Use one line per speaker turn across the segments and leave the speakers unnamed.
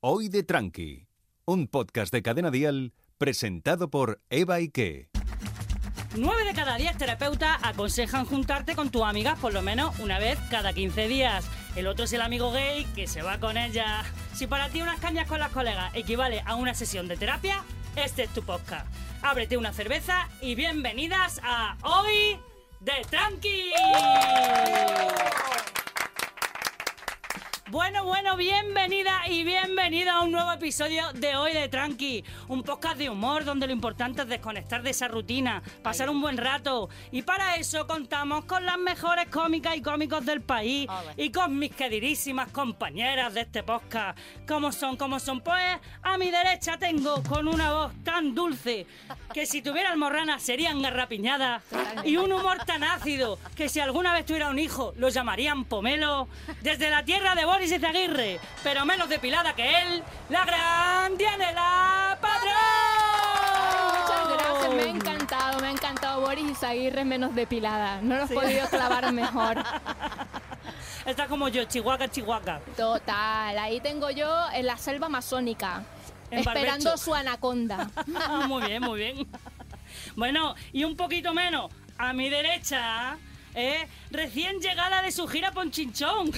Hoy de Tranqui, un podcast de Cadena Dial presentado por Eva Ike.
9 de cada 10 terapeutas aconsejan juntarte con tus amigas por lo menos una vez cada 15 días. El otro es el amigo gay que se va con ella. Si para ti unas cañas con las colegas equivale a una sesión de terapia, este es tu podcast. Ábrete una cerveza y bienvenidas a Hoy de Tranqui. Bueno, bueno, bienvenida y bienvenido a un nuevo episodio de Hoy de Tranqui, un podcast de humor donde lo importante es desconectar de esa rutina, pasar un buen rato. Y para eso contamos con las mejores cómicas y cómicos del país
Ole.
y con mis queridísimas compañeras de este podcast. ¿Cómo son? ¿Cómo son? Pues a mi derecha tengo con una voz tan dulce que si tuvieran morrana serían garrapiñadas y un humor tan ácido que si alguna vez tuviera un hijo lo llamarían Pomelo. Desde la tierra de Boris Izaguirre, pero menos depilada que él, la gran Dianela Padrón.
Muchas gracias, me ha encantado, me ha encantado Boris Izaguirre menos depilada. No lo he podido clavar mejor.
Está como yo, Chihuahua, Chihuahua.
Total, ahí tengo yo en la selva amazónica,
En
esperando
barbecho.
su anaconda.
Ah, muy bien, muy bien. Bueno, y un poquito menos, a mi derecha, ¿eh? recién llegada de su gira Ponchinchón.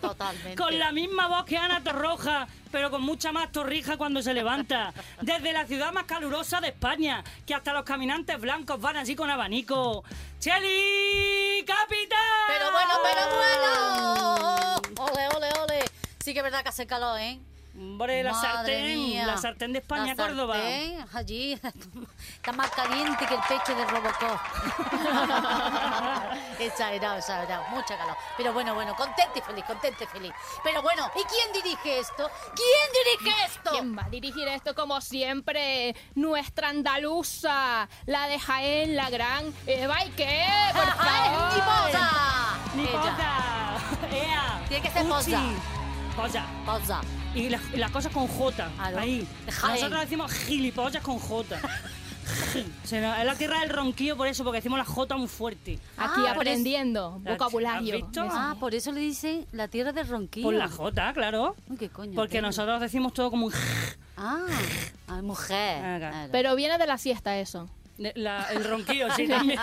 Totalmente.
Con la misma voz que Ana Torroja, pero con mucha más torrija cuando se levanta. Desde la ciudad más calurosa de España, que hasta los caminantes blancos van así con abanico. ¡Cheli Capital!
Pero bueno, pero bueno. Ole, ole, ole. Sí que es verdad que hace calor, ¿eh?
Hombre, la
Madre
sartén,
mía.
la sartén de España,
La
Córdoba.
sartén, allí está más caliente que el pecho de Robocop. exagerado, exagerado, mucha calor. Pero bueno, bueno, contente y feliz, contente y feliz. Pero bueno, ¿y quién dirige esto? ¿Quién dirige esto?
¿Quién va a dirigir esto como siempre? Nuestra andaluza, la de Jaén, la gran Eva Ike, por
¡Ajá, Ah, es mi
favor.
posa!
Ni
Ella.
posa. Ea.
Tiene que ser
Uchi.
posa.
Posa.
Posa.
Y las la cosas con J.
Claro.
Ahí.
Jaén.
Nosotros decimos gilipollas con J. Se nos- es la tierra del ronquillo por eso, porque decimos la J muy fuerte.
Aquí
Ah, por
aprendiendo
eso- ¿Has
vocabulario.
visto?
Me-
Ah, por eso le dicen la tierra del ronquillo.
Por la J, claro.
Uy, ¿Qué coño?
Porque
tengo?
nosotros decimos todo como un
Ah, ah, mujer.
Ah, claro.
claro.
Pero viene de la siesta eso.
de- la- el ronquillo, sí, también.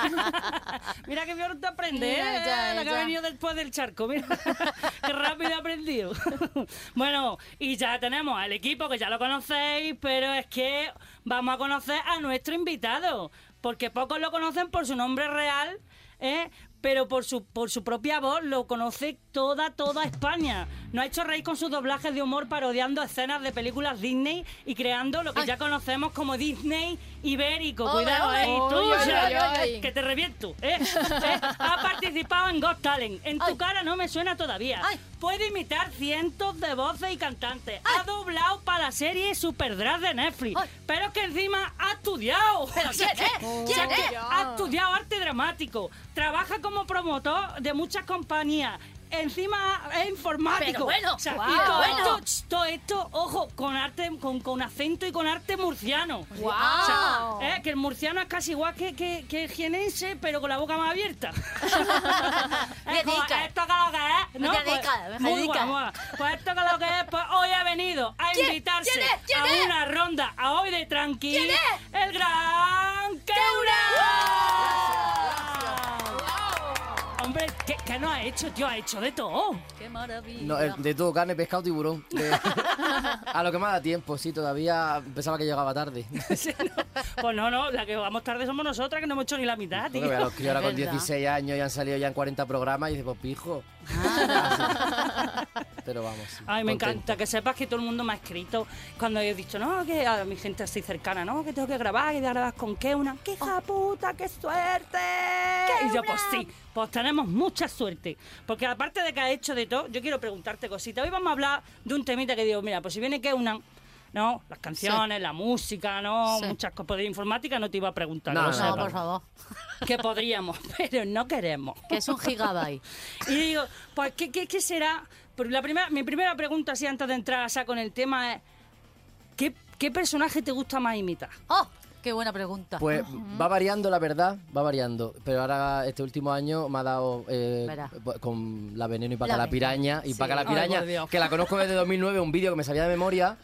mira que bien te aprende,
Mira,
¿eh?
ya,
la que
ya.
ha venido después del charco, mira. Qué rápido ha aprendido. bueno, y ya tenemos al equipo que ya lo conocéis, pero es que vamos a conocer a nuestro invitado, porque pocos lo conocen por su nombre real, ¿eh? Pero por su, por su propia voz lo conoce toda, toda España. No ha hecho reír con sus doblajes de humor parodiando escenas de películas Disney y creando lo que ya conocemos como Disney ibérico.
Ole,
Cuidado
ole.
ahí, tú,
Oy, oy,
Xavi,
oy, oy.
que te reviento. ¿eh? ¿Eh? Ha participado en Got Talent. En tu
Ay.
cara no me suena todavía.
Ay.
Puede imitar cientos de voces y cantantes. Ha doblado para la serie Superdrag de Netflix.
Ay.
Pero es que encima ha estudiado.
¿Pero
O sea
quién ¿Eh?
que-
es?
o sea
¿Quién
que
es?
Ha estudiado arte dramático. Trabaja como promotor de muchas compañías. Encima es informático.
Pero bueno,
O sea,
guau.
y todo,
Pero bueno.
esto, ch, todo esto, ojo, con arte, con, con acento y con arte murciano. O sea,
Oh.
¡Wow!
eh, que el murciano es casi igual que, que, que el jienense, pero con la boca más abierta. es como,
Dedica.
esto que lo que es, ¿no? Pues,
Dedica, dedica.
muy guay, muy guay. Pues esto que lo que es, pues hoy ha venido a
¿Quién?
invitarse
¿Quién es? ¿Quién
a
es?
una ronda a hoy de Tranqui,
¿Quién es?
el gran Keura. Hombre, ¿qué, qué no ha hecho? Tío, ha hecho de todo.
¡Qué maravilla!
No, eh, de todo, carne, pescado, tiburón. De- a lo que más da tiempo, sí, todavía pensaba que llegaba tarde.
Pues no, no, la que vamos tarde somos nosotras, que no hemos hecho ni la mitad, tío.
Porque veo a los críos ahora con
Es verdad.
16 años y han salido ya en 40 programas y dices, pues pijo.
Ah.
Pero vamos. sí,
Ay, me
contento.
encanta que sepas que todo el mundo me ha escrito cuando he dicho, no, que a mi gente así cercana, no, que tengo que grabar y de grabar con qué una. ¡Qué hija puta, qué suerte! y yo, pues sí, pues tenemos mucha suerte. Porque aparte de que ha hecho de todo, yo quiero preguntarte cositas. Hoy vamos a hablar de un temita que digo, mira, pues si viene que una. No, las canciones, la música, no,
Sí.
muchas cosas. De informática no te iba a preguntar,
No,
que lo
no,
No,
sepas.
por favor.
Que podríamos, pero no queremos.
Que es un gigabyte.
Y digo, pues, ¿qué, qué, qué será? Pero la primera, mi primera pregunta, así antes de entrar o sea, con el tema, es: ¿qué, qué personaje te gusta más imitar?
¡Oh! Qué buena pregunta.
Pues va variando, la verdad, va variando. Pero ahora este último año me ha dado eh,
Verá.
p- con la veneno y paca
La
la,
Veneno,
piraña. Y
sí.
paca la
Ay,
piraña,
por Dios.
que la conozco desde 2009, un vídeo que me sabía de memoria.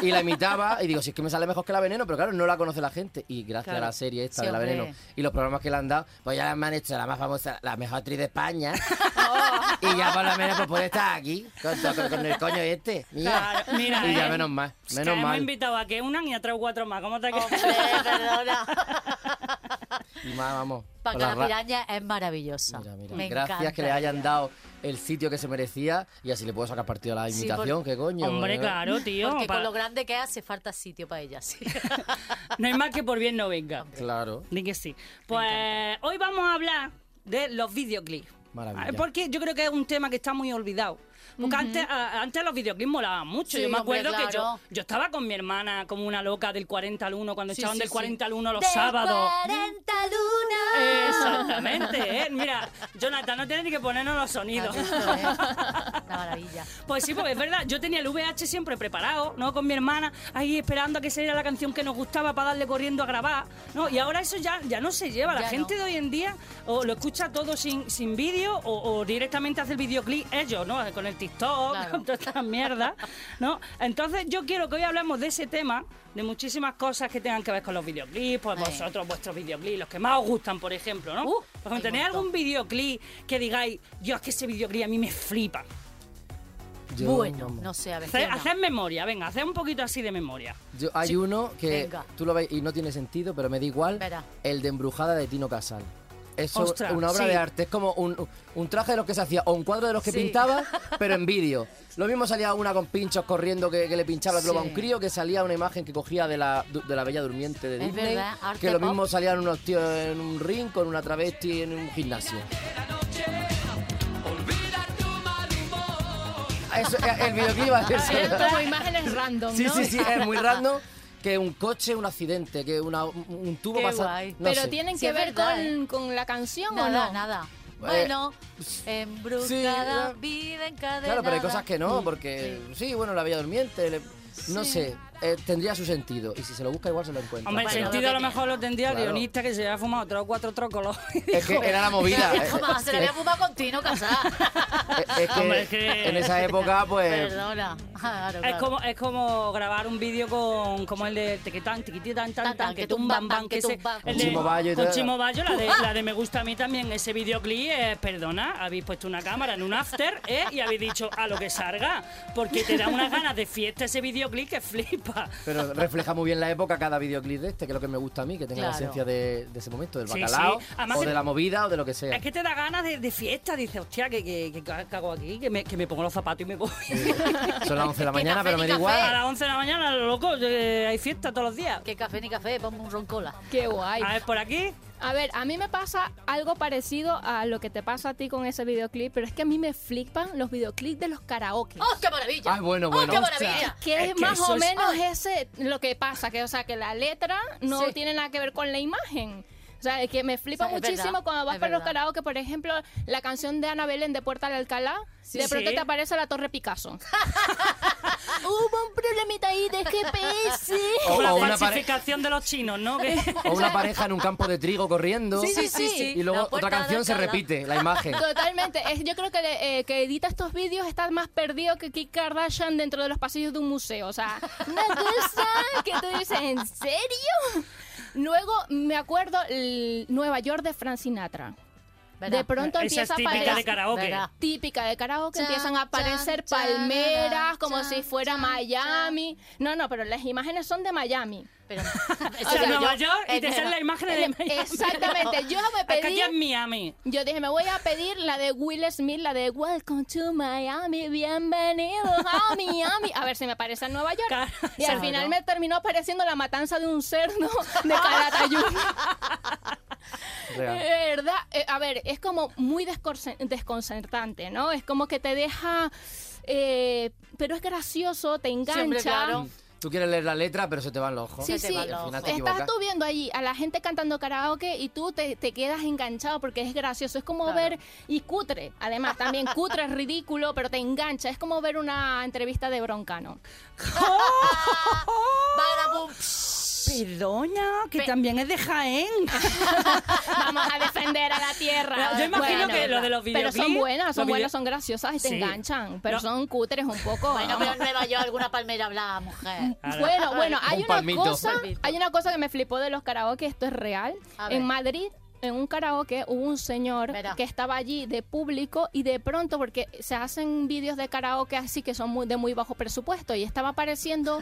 Y la imitaba y digo, si es que me sale mejor que la veneno, pero claro, no la conoce la gente. Y gracias
Claro.
a la serie esta
Sí,
de la
hombre.
veneno y los programas que le han dado, pues ya me han hecho la más famosa, la mejor actriz de España.
Oh.
y ya por lo menos pues puede estar aquí con, con- con el coño este. Mira.
Claro, mira,
y ya
eh,
menos mal,
Pues
Es que
menos
hemos
mal.
invitado a que unan y a tres o cuatro más. ¿Cómo te quedas?
Hombre, perdona.
Y más, vamos.
Paca
con
la
la ra-
piraña es maravillosa.
Mira, mira.
Ah, Me
Gracias
encanta
que le hayan
ella.
dado el sitio que se merecía y así le puedo sacar partido a la
Sí,
invitación,
por-
que coño.
Hombre,
eh.
claro, tío.
Porque
pa-
con lo grande que es, hace falta sitio para ella. sí.
No hay más que por bien no venga.
Claro.
Ni que sí. Pues hoy vamos a hablar de los videoclips.
Maravilla.
Ah, Porque yo creo que es un tema que está muy olvidado. Porque antes, a- antes los videoclips molaban mucho.
Sí,
yo me
hombre,
acuerdo que yo,
claro.
yo estaba con mi hermana como una loca del 40 al 1 cuando
Sí,
echaban
sí,
del
sí.
40 al 1 los
Del
sábados.
40 lunas.
Exactamente, ¿eh? Mira, Jonathan, no tienes ni que ponernos los sonidos.
Esto es Una maravilla.
Pues sí, pues es verdad. Yo tenía el VH siempre preparado, ¿no? Con mi hermana, ahí esperando a que saliera la canción que nos gustaba para darle corriendo a grabar, ¿no? Y ahora eso ya, ya no se lleva. La
Ya
gente
no.
de hoy en día o lo escucha todo sin, sin vídeo o, o directamente hace el videoclip ellos, ¿no? Con el TikTok,
Claro.
con todas estas mierdas, ¿no? Entonces yo quiero que hoy hablemos de ese tema, de muchísimas cosas que tengan que ver con los videoclips, pues
Ay.
vosotros, vuestros videoclips, los que más os gustan, por ejemplo, ¿no?
Uh,
Pues,
hay
¿Tenéis
un montón.
algún videoclip que digáis, Dios, que ese videoclip a mí me flipa?
Yo,
bueno,
vamos.
no sé, a ver.
Hacer,
Fiona.
hacer memoria, venga, hacer un poquito así de memoria.
Yo- hay uno que
Venga.
tú lo veis y no tiene sentido, pero me da igual.
Verá.
El de Embrujada de Tino Casal. Eso es
Ostras,
una obra
sí.
de arte. Es como un, un traje de los que se hacía o un cuadro de los que
Sí.
pintaba, pero en vídeo. Lo mismo salía una con pinchos corriendo que, que le pinchaba la pluma a un
Sí.
crío, que salía una imagen que cogía de la, de la Bella Durmiente de
Es
Disney.
verdad, arte
que lo
pop.
mismo salían unos tíos en un ring con una travesti en un gimnasio. Eso, el videoclip va a ser eso.
Eran como imágenes random,
Sí,
¿no?
sí, sí, es muy random que un coche, un accidente, que una, un- un tubo
Qué
pasa.
guay.
no
Pero
sé.
tienen
Sí,
que
es
ver
verdad,
con, con la canción o
Nada,
no.
nada. Bueno, embrujada,
Eh, sí, eh,
vida encadenada.
Claro, pero hay cosas que no, porque sí, bueno, la Bella Durmiente, le- no sé, eh, tendría su sentido. Y si se lo busca, igual se lo encuentra.
Hombre, el
Bueno,
sentido a
lo
lo
que
mejor lo tendría el
Claro.
guionista que se había fumado tres o cuatro trócolos.
es que era la movida. eh,
Toma, se le había
eh,
fumado continuo, casada.
es que
Hombre, es que-
en esa época, pues.
Perdona. Claro,
es,
claro.
como, es como grabar un vídeo con como el de tequetán, tiquititán, tan, tan, que tumban, van, que se...
tumban.
el
Con Chimo Bayo y
Con
todo.
Chimo Bayo, la de, la de Me Gusta a mí también, ese videoclip, eh, perdona, habéis puesto una cámara en un after, ¿eh? Y habéis dicho, a lo que salga, porque te da unas ganas de fiesta ese videoclip que flipa.
Pero refleja muy bien la época cada videoclip de este, que es lo que me gusta a mí, que tenga la
Claro.
esencia de, de ese momento, del
Sí, sí.
bacalao,
Además
o
que-
de la movida, o de lo que sea.
Es que te da ganas de, de fiesta, dices, hostia, que, que, que ca- cago aquí, que me, que me pongo los zapatos y me voy.
Son las 11 de la
Que
mañana,
café
pero
ni
me
café.
da
A
igual.
las 11 de la mañana, lo loco, eh, hay fiesta todos los días.
Que café ni café, ponme un roncola.
Qué guay.
A ver, por aquí.
A ver, a mí me pasa algo parecido a lo que te pasa a ti con ese videoclip, pero es que a mí me flipan los videoclips de los karaoke.
¡Oh, qué maravilla!
Ay, Ah, bueno, bueno.
¡Oh, qué
Ostras.
maravilla!
que es,
que
más
eso
o
es-
menos ese lo que pasa, que o sea, que la letra no
Sí.
tiene nada que ver con la imagen. O sea, es que me flipa
O sea, es
muchísimo
verdad,
cuando vas
es
para los
verdad.
karaoke, por ejemplo, la canción de Ana Belén de Puerta de Alcalá, de pronto
Sí.
te aparece la Torre Picasso.
Hubo un problemita ahí de GPS.
O-
O la
o una pare-
falsificación de los chinos, ¿no? Que-
O una pareja en un campo de trigo corriendo.
Sí, sí, sí, sí.
Y
La
luego
puerta
otra canción
de
se
cada-
repite, la imagen.
Totalmente. Es- yo creo que, le- eh, que edita estos vídeos está más perdido que Kim Kardashian dentro de los pasillos de un museo. O sea, una cosa que tú dices, ¿en serio? Luego me acuerdo el Nueva York de Frank Sinatra.
Verá.
De pronto
Esa es
empieza a
típica
aparecer.
de karaoke.
Verá.
típica de karaoke
Chan,
empiezan a aparecer
chan, chan,
palmeras como
chan,
si fuera
chan,
Miami. No, no, pero las imágenes son de Miami. Em,
Pero,
O sea, Nueva York
eh,
y te salen las imágenes de Miami.
Exactamente. Yo eh, me
Acá
pedí
ya en Miami.
yo dije, me voy a pedir la de Will Smith, la de Welcome to Miami, bienvenido a Miami. A ver si me aparece en Nueva York.
Claro.
Y al final me terminó apareciendo la matanza de un cerdo de Calatayud.
Real.
Eh, verdad, eh, a ver, es como muy descorce- desconcertante, ¿no? Es como que te deja, eh, pero es gracioso, te engancha.
Siempre, claro.
Tú quieres leer la letra, pero se te van los ojos.
Sí,
Se te
sí.
va el ojo.
Al final te
Estás
equivocas.
tú viendo allí a la gente cantando karaoke y tú te, te quedas enganchado porque es gracioso. Es como ver, y cutre, además, también cutre es ridículo, pero te engancha. Es como ver una entrevista de broncano.
Vagabum.
Perdona, que también es de Jaén.
Vamos a defender a la tierra.
Yo imagino que lo de los
Pero son
videoclips,
buenas, son
los
buenas,
video-
son graciosas y te
Sí.
enganchan. Pero
No.
son cutres un poco. vamos.
Bueno, pero en Nueva York alguna palmera hablaba, mujer.
Bueno, bueno, hay
Un
una
palmito.
cosa,
Palmito.
hay una cosa que me flipó de los karaoke, esto es real.
A ver.
En Madrid en un karaoke hubo un señor
Verá.
que estaba allí de público y de pronto porque se hacen vídeos de karaoke así que son muy, de muy bajo presupuesto y estaba apareciendo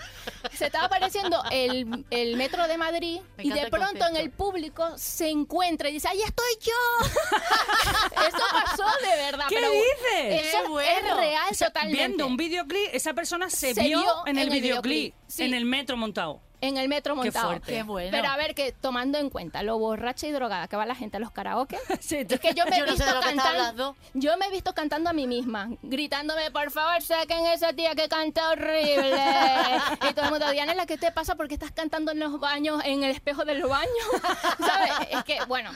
se estaba apareciendo el, el metro de Madrid
Me
y
encanta
de
el
pronto en
concepto.
el público se encuentra y dice ahí estoy yo eso pasó de verdad
¿Qué
pero
dices?
eso
Qué bueno.
es real totalmente
Viendo un videoclip, esa persona se,
Se
vio,
vio
en el videoclip,
sí.
en el metro montado.
En el metro montado.
fuerte. Qué
bueno.
Pero a ver, que tomando en cuenta lo borracha y drogada que va la gente a los karaoke.
Sí,
Es que yo me he
Yo no sé
visto
de lo que está
cantando.
hablando.
Yo me he visto cantando a mí misma, gritándome, por favor, saquen esa tía que canta horrible. y todo el mundo, Diana, ¿qué te pasa? Porque estás cantando en los baños, en el espejo de los baños. ¿Sabes? Es que, bueno.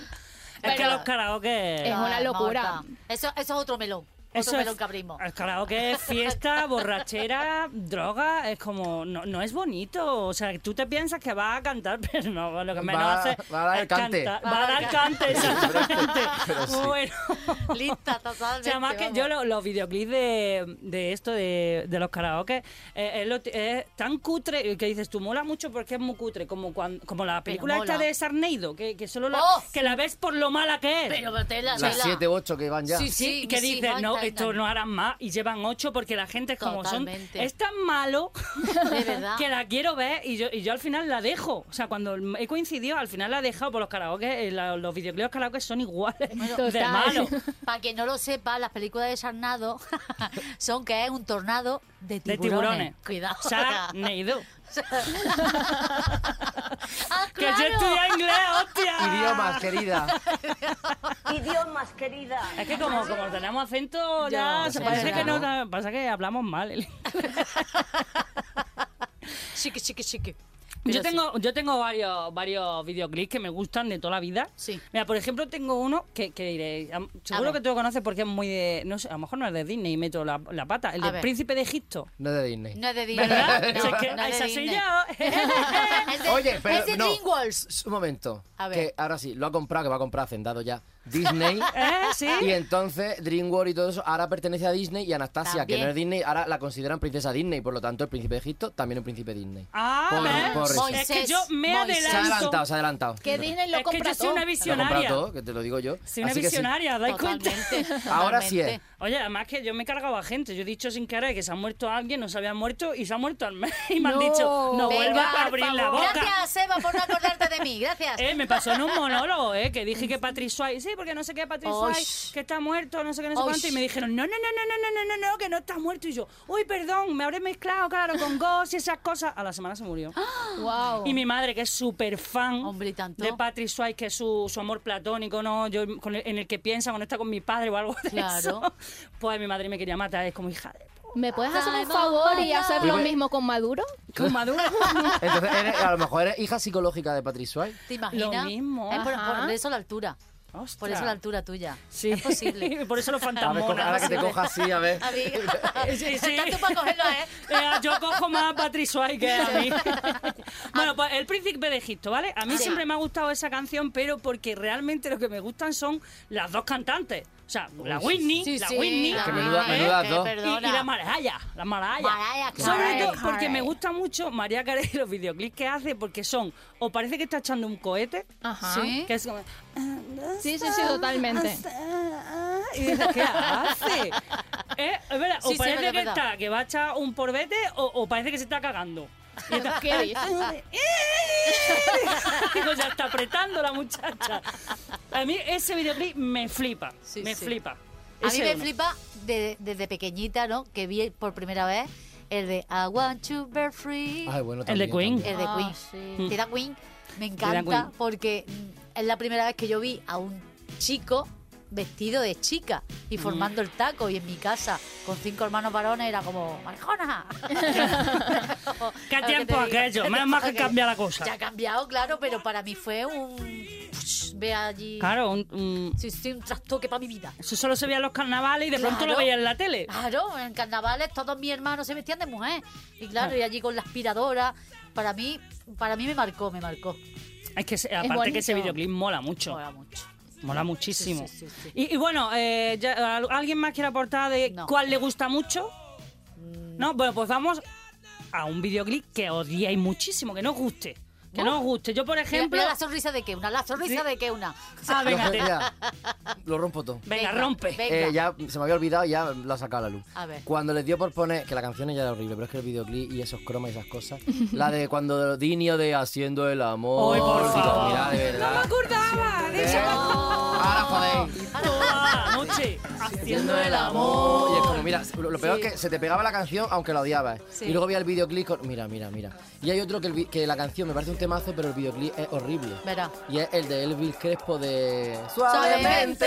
es que
pero
los karaoke...
Es una
Ay,
locura.
Marta. Eso, eso es otro melón.
Eso
otro
es-
melón que abrimos.
El karaoke es fiesta, borrachera, droga, es como, no, no es bonito. O sea, tú te piensas que vas a cantar, pero no, lo que menos
Va-
hace
va a dar el
es
cante.
cantar. Va a dar cante, exactamente. Bueno.
Lista
O
totalmente.
sea, más que
vamos.
yo lo- los videoclips de, de esto, de, de los karaoke, eh, es, lo- es tan cutre que dices, tú mola mucho porque es muy cutre, como cuan- como la película esta
mola.
de Sarneido, que, que solo la,
¡Oh!
que la ves por lo mala que es.
Pero, pero te la
Las 7 u 8 que van ya.
Sí,
Sí,
sí,
que
mis
dices,
hijas
no,
cantan.
esto no harán más y llevan ocho porque la gente es como
Totalmente.
son. Es tan malo
De verdad.
que la quiero ver y yo, y yo al final la dejo. O sea, cuando he coincidido, al final la he dejado por los karaoke. eh, la- los videoclips karaoke son iguales de
Total.
malo.
Para quien no lo sepa, las películas de Sarnado son que es un tornado de
De
tiburones.
tiburones.
Cuidado.
Sarneido.
Ah,
Que
claro.
yo estudié inglés, hostia.
Idiomas, querida.
Idiomas, querida.
Es que como, como tenemos acento ya,
Ya,
se
sí,
parece
sí,
que
¿no?
no, pasa que hablamos mal. el-
Chiqui, chiqui, chiqui.
Yo
Pero
tengo, yo tengo varios, varios videoclips que me gustan de toda la vida.
Sí.
Mira, por ejemplo, tengo uno que, que diré, am- seguro
ver.
que tú lo conoces porque es muy de, no sé, a lo mejor no es de Disney y meto la, la pata, el
A
del
ver.
Príncipe de Egipto.
No es de Disney.
No es de Disney.
¿Verdad?
No,
Si es que
no es de
esa soy
Disney.
yo. ¿eh?
Es de-
Oye, pero
es de
no.
DreamWorks.
S- Un momento.
A ver.
Que ahora sí, lo ha comprado, que va a comprar Hacendado ya. Disney.
¿Eh? ¿Sí?
Y entonces DreamWorld y todo eso ahora pertenece a Disney y Anastasia, que
También.
no es Disney, ahora la consideran princesa Disney. Por lo tanto, el príncipe de Egipto también es un príncipe Disney. Por-
Ah,
por
¿ves?
eso.
es que yo me
Moisés.
Se ha
adelanto.
adelantado, se ha adelantado.
Que Disney lo
es que
compra
yo soy una
todo.
Se lo ha comprado
visionaria.
todo, que te lo digo yo.
Soy una
Así que sí.
visionaria, ¿os ¿dais cuenta?
Totalmente,
Ahora sí
totalmente.
es.
Oye, además que yo me he cargado a gente. Yo he dicho sin querer que se ha muerto alguien, no se había muerto y se ha muerto al mes. Y me han dicho, no
Venga,
vuelvas
por
a abrir la
favor.
boca.
Gracias, Seba, por no acordarte de mí. Gracias.
Eh, me pasó en un monólogo, eh, que dije que Patrick Swayze, sí, porque no sé qué Patrick
Oy.
Swayze, que está muerto, no sé qué, no sé
Oy.
cuánto, y me dijeron, no, no, no, no, no, no, no, no, que no está muerto, y yo, uy, perdón, me habré mezclado, claro, con Ghost y esas cosas, a la semana se murió.
Wow.
Y mi madre, que es súper fan
Hombre, ¿y tanto?
de Patrick Swayze, que es su, su amor platónico, ¿no? Yo, con el- en el que piensa, conecta con mi padre o algo de
Claro.
eso. Pues mi madre me quería matar, es como hija de... p-
¿Me puedes hacer un
Ay,
favor y
mamá.
hacer lo mismo con Maduro?
Con Maduro.
Entonces, eres- a lo mejor eres hija psicológica de Patrick Swayze.
¿Te imaginas?
Lo mismo.
Es por,
Ajá.
por eso la altura.
Ostras.
Por eso la altura tuya.
Sí.
Es posible.
Por eso los
A ver,
fantasmones.
ahora que te coja así, a ver.
Amiga.
Sí, sí.
Tanto para cogerlo, ¿eh?
Eh, yo cojo más a Patrick Swayze que a mí. bueno, pues El Príncipe de Egipto, ¿vale? A mí
Sí.
siempre me ha gustado esa canción, pero porque realmente lo que me gustan son las dos cantantes. O sea, la Whitney,
Sí,
la
sí.
Whitney
Que
Ah,
menuda-
eh,
menuda
que
dos.
y,
perdona.
y la Mariah, la Mariah.
Mariah
Sobre
Carey.
todo porque me gusta mucho María Carey y los videoclips que hace, porque son, o parece que está echando un cohete,
Ajá.
Sí.
que es como...
Sí, sí, sí, totalmente.
ah", Y dices, ¿qué hace? Eh, es verdad,
Sí,
o
sí,
parece
es verdad,
que
verdad.
está, que va a echar un porbete, o, o parece que se está cagando.
¿Qué dices?
Digo, ya está apretando la muchacha. A mí ese videoclip me flipa,
Sí,
me
sí.
flipa.
A mí
Ese
me
uno.
flipa de- desde pequeñita, ¿no? Que vi por primera vez el de I want to be free.
Ay, bueno,
El de Queen.
también, también.
El de
Ah,
Queen.
sí.
Te da Queen. Me
Mm. Te da
encanta
Queen.
porque mm, es la primera vez que yo vi a un chico vestido de chica
Mm.
y formando el taco. Y en mi casa, con cinco hermanos varones, era como, ¡Marjona!
¿Qué tiempo aquello? Menos mal que cambia la cosa.
Ya ha cambiado, claro, pero para mí fue un. psh, ve allí.
Claro, un- un-
Sí, sí, un trastoque para mi vida.
eso solo se veía en los carnavales y de pronto lo
Claro.
veía en la tele.
Claro, en carnavales todos mis hermanos se vestían de mujer. Y claro,
Claro.
y allí con la aspiradora. Para mí, para mí me marcó, me marcó.
Es que se- aparte que ese
bonito.
videoclip mola mucho.
Mola mucho.
Mola muchísimo.
Sí, sí, sí, sí.
Y, y bueno, eh, ya, ¿al- ¿alguien más quiere aportar de
No.
cuál le gusta mucho? No, bueno, pues vamos a un videoclip que odiáis muchísimo, que no os guste. Que no os guste. Yo, por
Mira,
ejemplo.
mira la sonrisa de que una, la sonrisa
Sí.
de que una.
Ah, venga, te-
Ya, lo rompo todo.
venga, rompe.
Venga.
Eh, ya se me había olvidado, y ya lo ha sacado a la luz.
A ver.
Cuando les dio por poner, que la canción ya era horrible, pero es que el videoclip y esos cromas y esas cosas, la de cuando Dinio de Haciendo el Amor.
Ay, por
y todo,
favor.
mira, de
¡No me
verdad.
acordaba! De
Eh,
esa
Ah,
Ahora podéis.
Toda la noche haciendo el amor.
Y es como, mira, lo, lo peor es que se te pegaba la canción aunque la odiabas. ¿eh? Y luego había el videoclip con... Mira, mira, mira. Y hay otro que, el vi- que la canción me parece un temazo, pero el videoclip es horrible.
Verá.
Y es el de Elvis Crespo de...
Suavemente,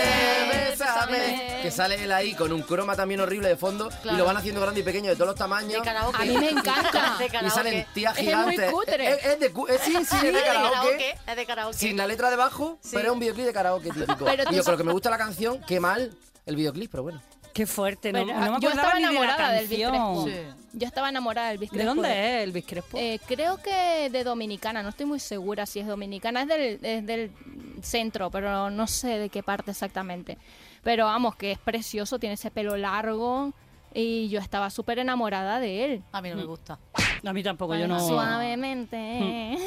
bésame. Que sale él ahí con un croma también horrible de fondo. Y lo van haciendo grande y pequeño de todos los
De
tamaños.
karaoke.
A mí me encanta.
De karaoke.
Y salen tías
Es que es muy
gigantes.
cutre.
Es, es de, cu- es- sí, sí, es
Sí,
de karaoke.
Es de karaoke.
Sin la letra debajo, pero es un videoclip de karaoke típico.
Pero
y
tú
yo creo
sabes-
que me gusta la canción, qué mal el videoclip, pero bueno.
Qué fuerte, Este, no,
Pero,
no me
yo
acordaba
estaba
ni de la
enamorada del Elvis
canción.
Crespo. Yo estaba enamorada del Elvis
¿De
Crespo.
dónde es Elvis Crespo?
Eh, creo que de Dominicana, no estoy muy segura si es Dominicana, es del, es del centro, pero no sé de qué parte exactamente. Pero vamos, que es precioso, tiene ese pelo largo y yo estaba súper enamorada de él.
A
Mm.
mí no me gusta.
a mí tampoco, yo no.
Suavemente.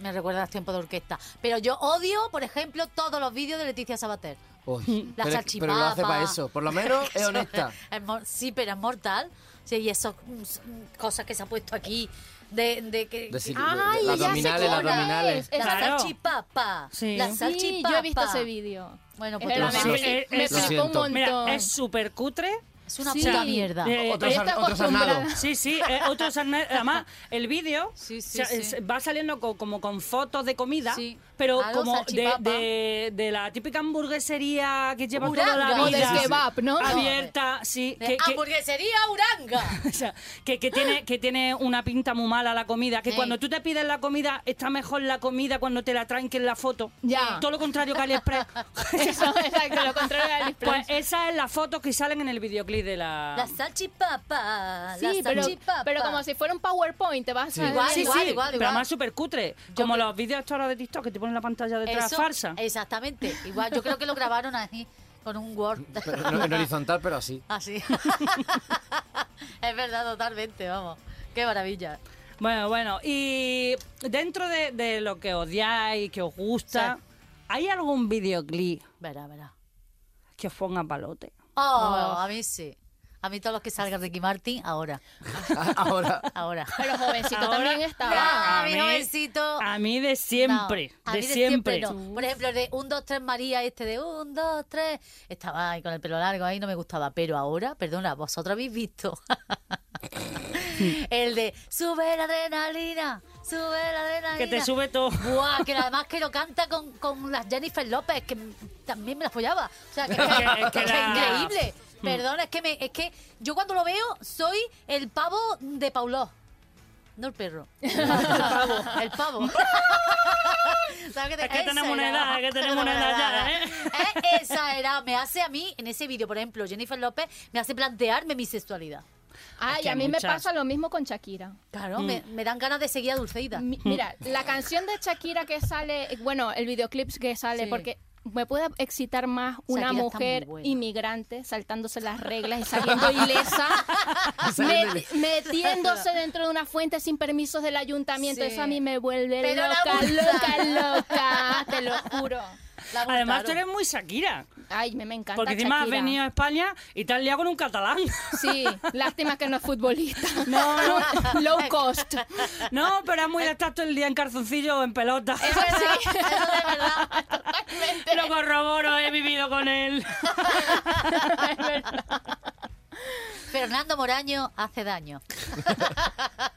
Me recuerda a tiempo de orquesta. Pero yo odio, por ejemplo, todos los vídeos de Leticia Sabater.
Uy,
La
pero, pero lo hace
salchipapa.
para eso. Por lo menos es
Eso-
honesta.
es mor- sí, pero es mortal. Sí, y esas mm, cosas que se ha puesto aquí de, de que... Ah,
De si- de- de-
Ay, ya
las
sé
abdominales, las
cuál es.
abdominales.
la
Claro.
salchipapa.
Sí.
La
Sí,
salchipapa.
Sí, yo he visto ese vídeo.
Bueno,
Es
pues te
verdad,
lo
me,
siento.
me
Lo
flipó un
siento.
montón.
Mira, es súper cutre.
Es una
Sí.
puta mierda.
Eh,
Otro,
eh,
sar-
está
otro sarnado.
acostumbrada.
Sí, sí, eh, otro sarna- Además, el vídeo
Sí, sí,
o sea,
sí.
es- va saliendo co- como con fotos de comida,
Sí.
pero
Algo
como de,
salchipapa.
de- de la típica hamburguesería que lleva toda
Buranga.
la
O del
vida.
kebab, ¿no?
Abierta, sí.
De
que- que-
hamburguesería Uranga.
o sea, que, que tiene, que tiene una pinta muy mala la comida. Que
Sí.
cuando tú te pides la comida, está mejor la comida cuando te la traen que en la foto.
Ya.
Todo lo contrario que AliExpress.
Eso, exacto, lo contrario de
pues
AliExpress.
esa es la foto que salen en el videoclip de
La salchipapa.
sí,
la
pero,
salchipapa.
pero como si fuera un PowerPoint, te vas a...
Igual,
sí,
Ah, igual,
sí,
igual,
pero
igual.
además súper cutre. Como los vídeos estos de TikTok que te ponen la pantalla detrás,
Eso, eh.
farsa.
Exactamente. Igual, yo creo que lo grabaron así, con un Word.
Pero en- en horizontal, pero así.
Así. es verdad, totalmente, vamos. Qué maravilla.
Bueno, bueno, y dentro de, de lo que odiáis, que os gusta,
Sí.
¿hay algún videoclip
Verá, verá.
que os ponga palote?
Oh, a mí sí. A mí todos los que salgan Ricky Martin, ahora.
Ahora.
Ahora.
Pero jovencito
Ahora-
también estaba.
Ah, mi jovencito.
A mí de siempre,
No, a
de,
mí
siempre.
no. Por ejemplo, el de 1, 2, 3 María, este de 1, 2, 3. Estaba ahí con el pelo largo, ahí no me gustaba. Pero ahora, perdona, vosotros habéis visto. el de sube la adrenalina, sube la adrenalina.
Que te sube todo.
Buah, que además que lo canta con, con las Jennifer López, que también me la follaba. O sea, que, que-
Que- que
que
la- Hmm.
increíble. Perdona, es que, me, es que yo cuando lo veo soy el pavo de Pauló. No el perro. el pavo. El pavo. ¿Sabes qué te-
Es que tenemos
esa
una
era.
edad, es que tenemos una edad ya, ¿eh?
Eh, Esa era, me hace a mí, en ese vídeo, por ejemplo, Jennifer López, me hace plantearme mi sexualidad.
que
Ay, a
hay
mí me
muchas.
pasa lo mismo con Shakira.
Claro,
Hmm.
me, me dan ganas de seguir a Dulceida.
Mi-
Mm.
mira, la canción de Shakira que sale, bueno, el videoclip que sale,
Sí.
porque me puede excitar más una
Shakira está muy
mujer
buena.
inmigrante saltándose las reglas y saliendo ilesa,
Saliendo
met- metiéndose dentro de una fuente sin permisos del ayuntamiento.
Sí.
Eso a mí me vuelve
Pero la
loca,
gusta.
loca, loca, te lo juro.
La
Además, tú
gustaron.
eres muy Shakira.
Ay, me, me encanta
Porque encima has
Shakira.
venido a España y te has liado con un catalán.
Sí, lástima que no es futbolista. Low cost.
No, pero es muy de estar todo el día en calzoncillo o en pelota.
Eso sí.
Lo corroboro, he vivido con él.
Fernando Moraño hace daño.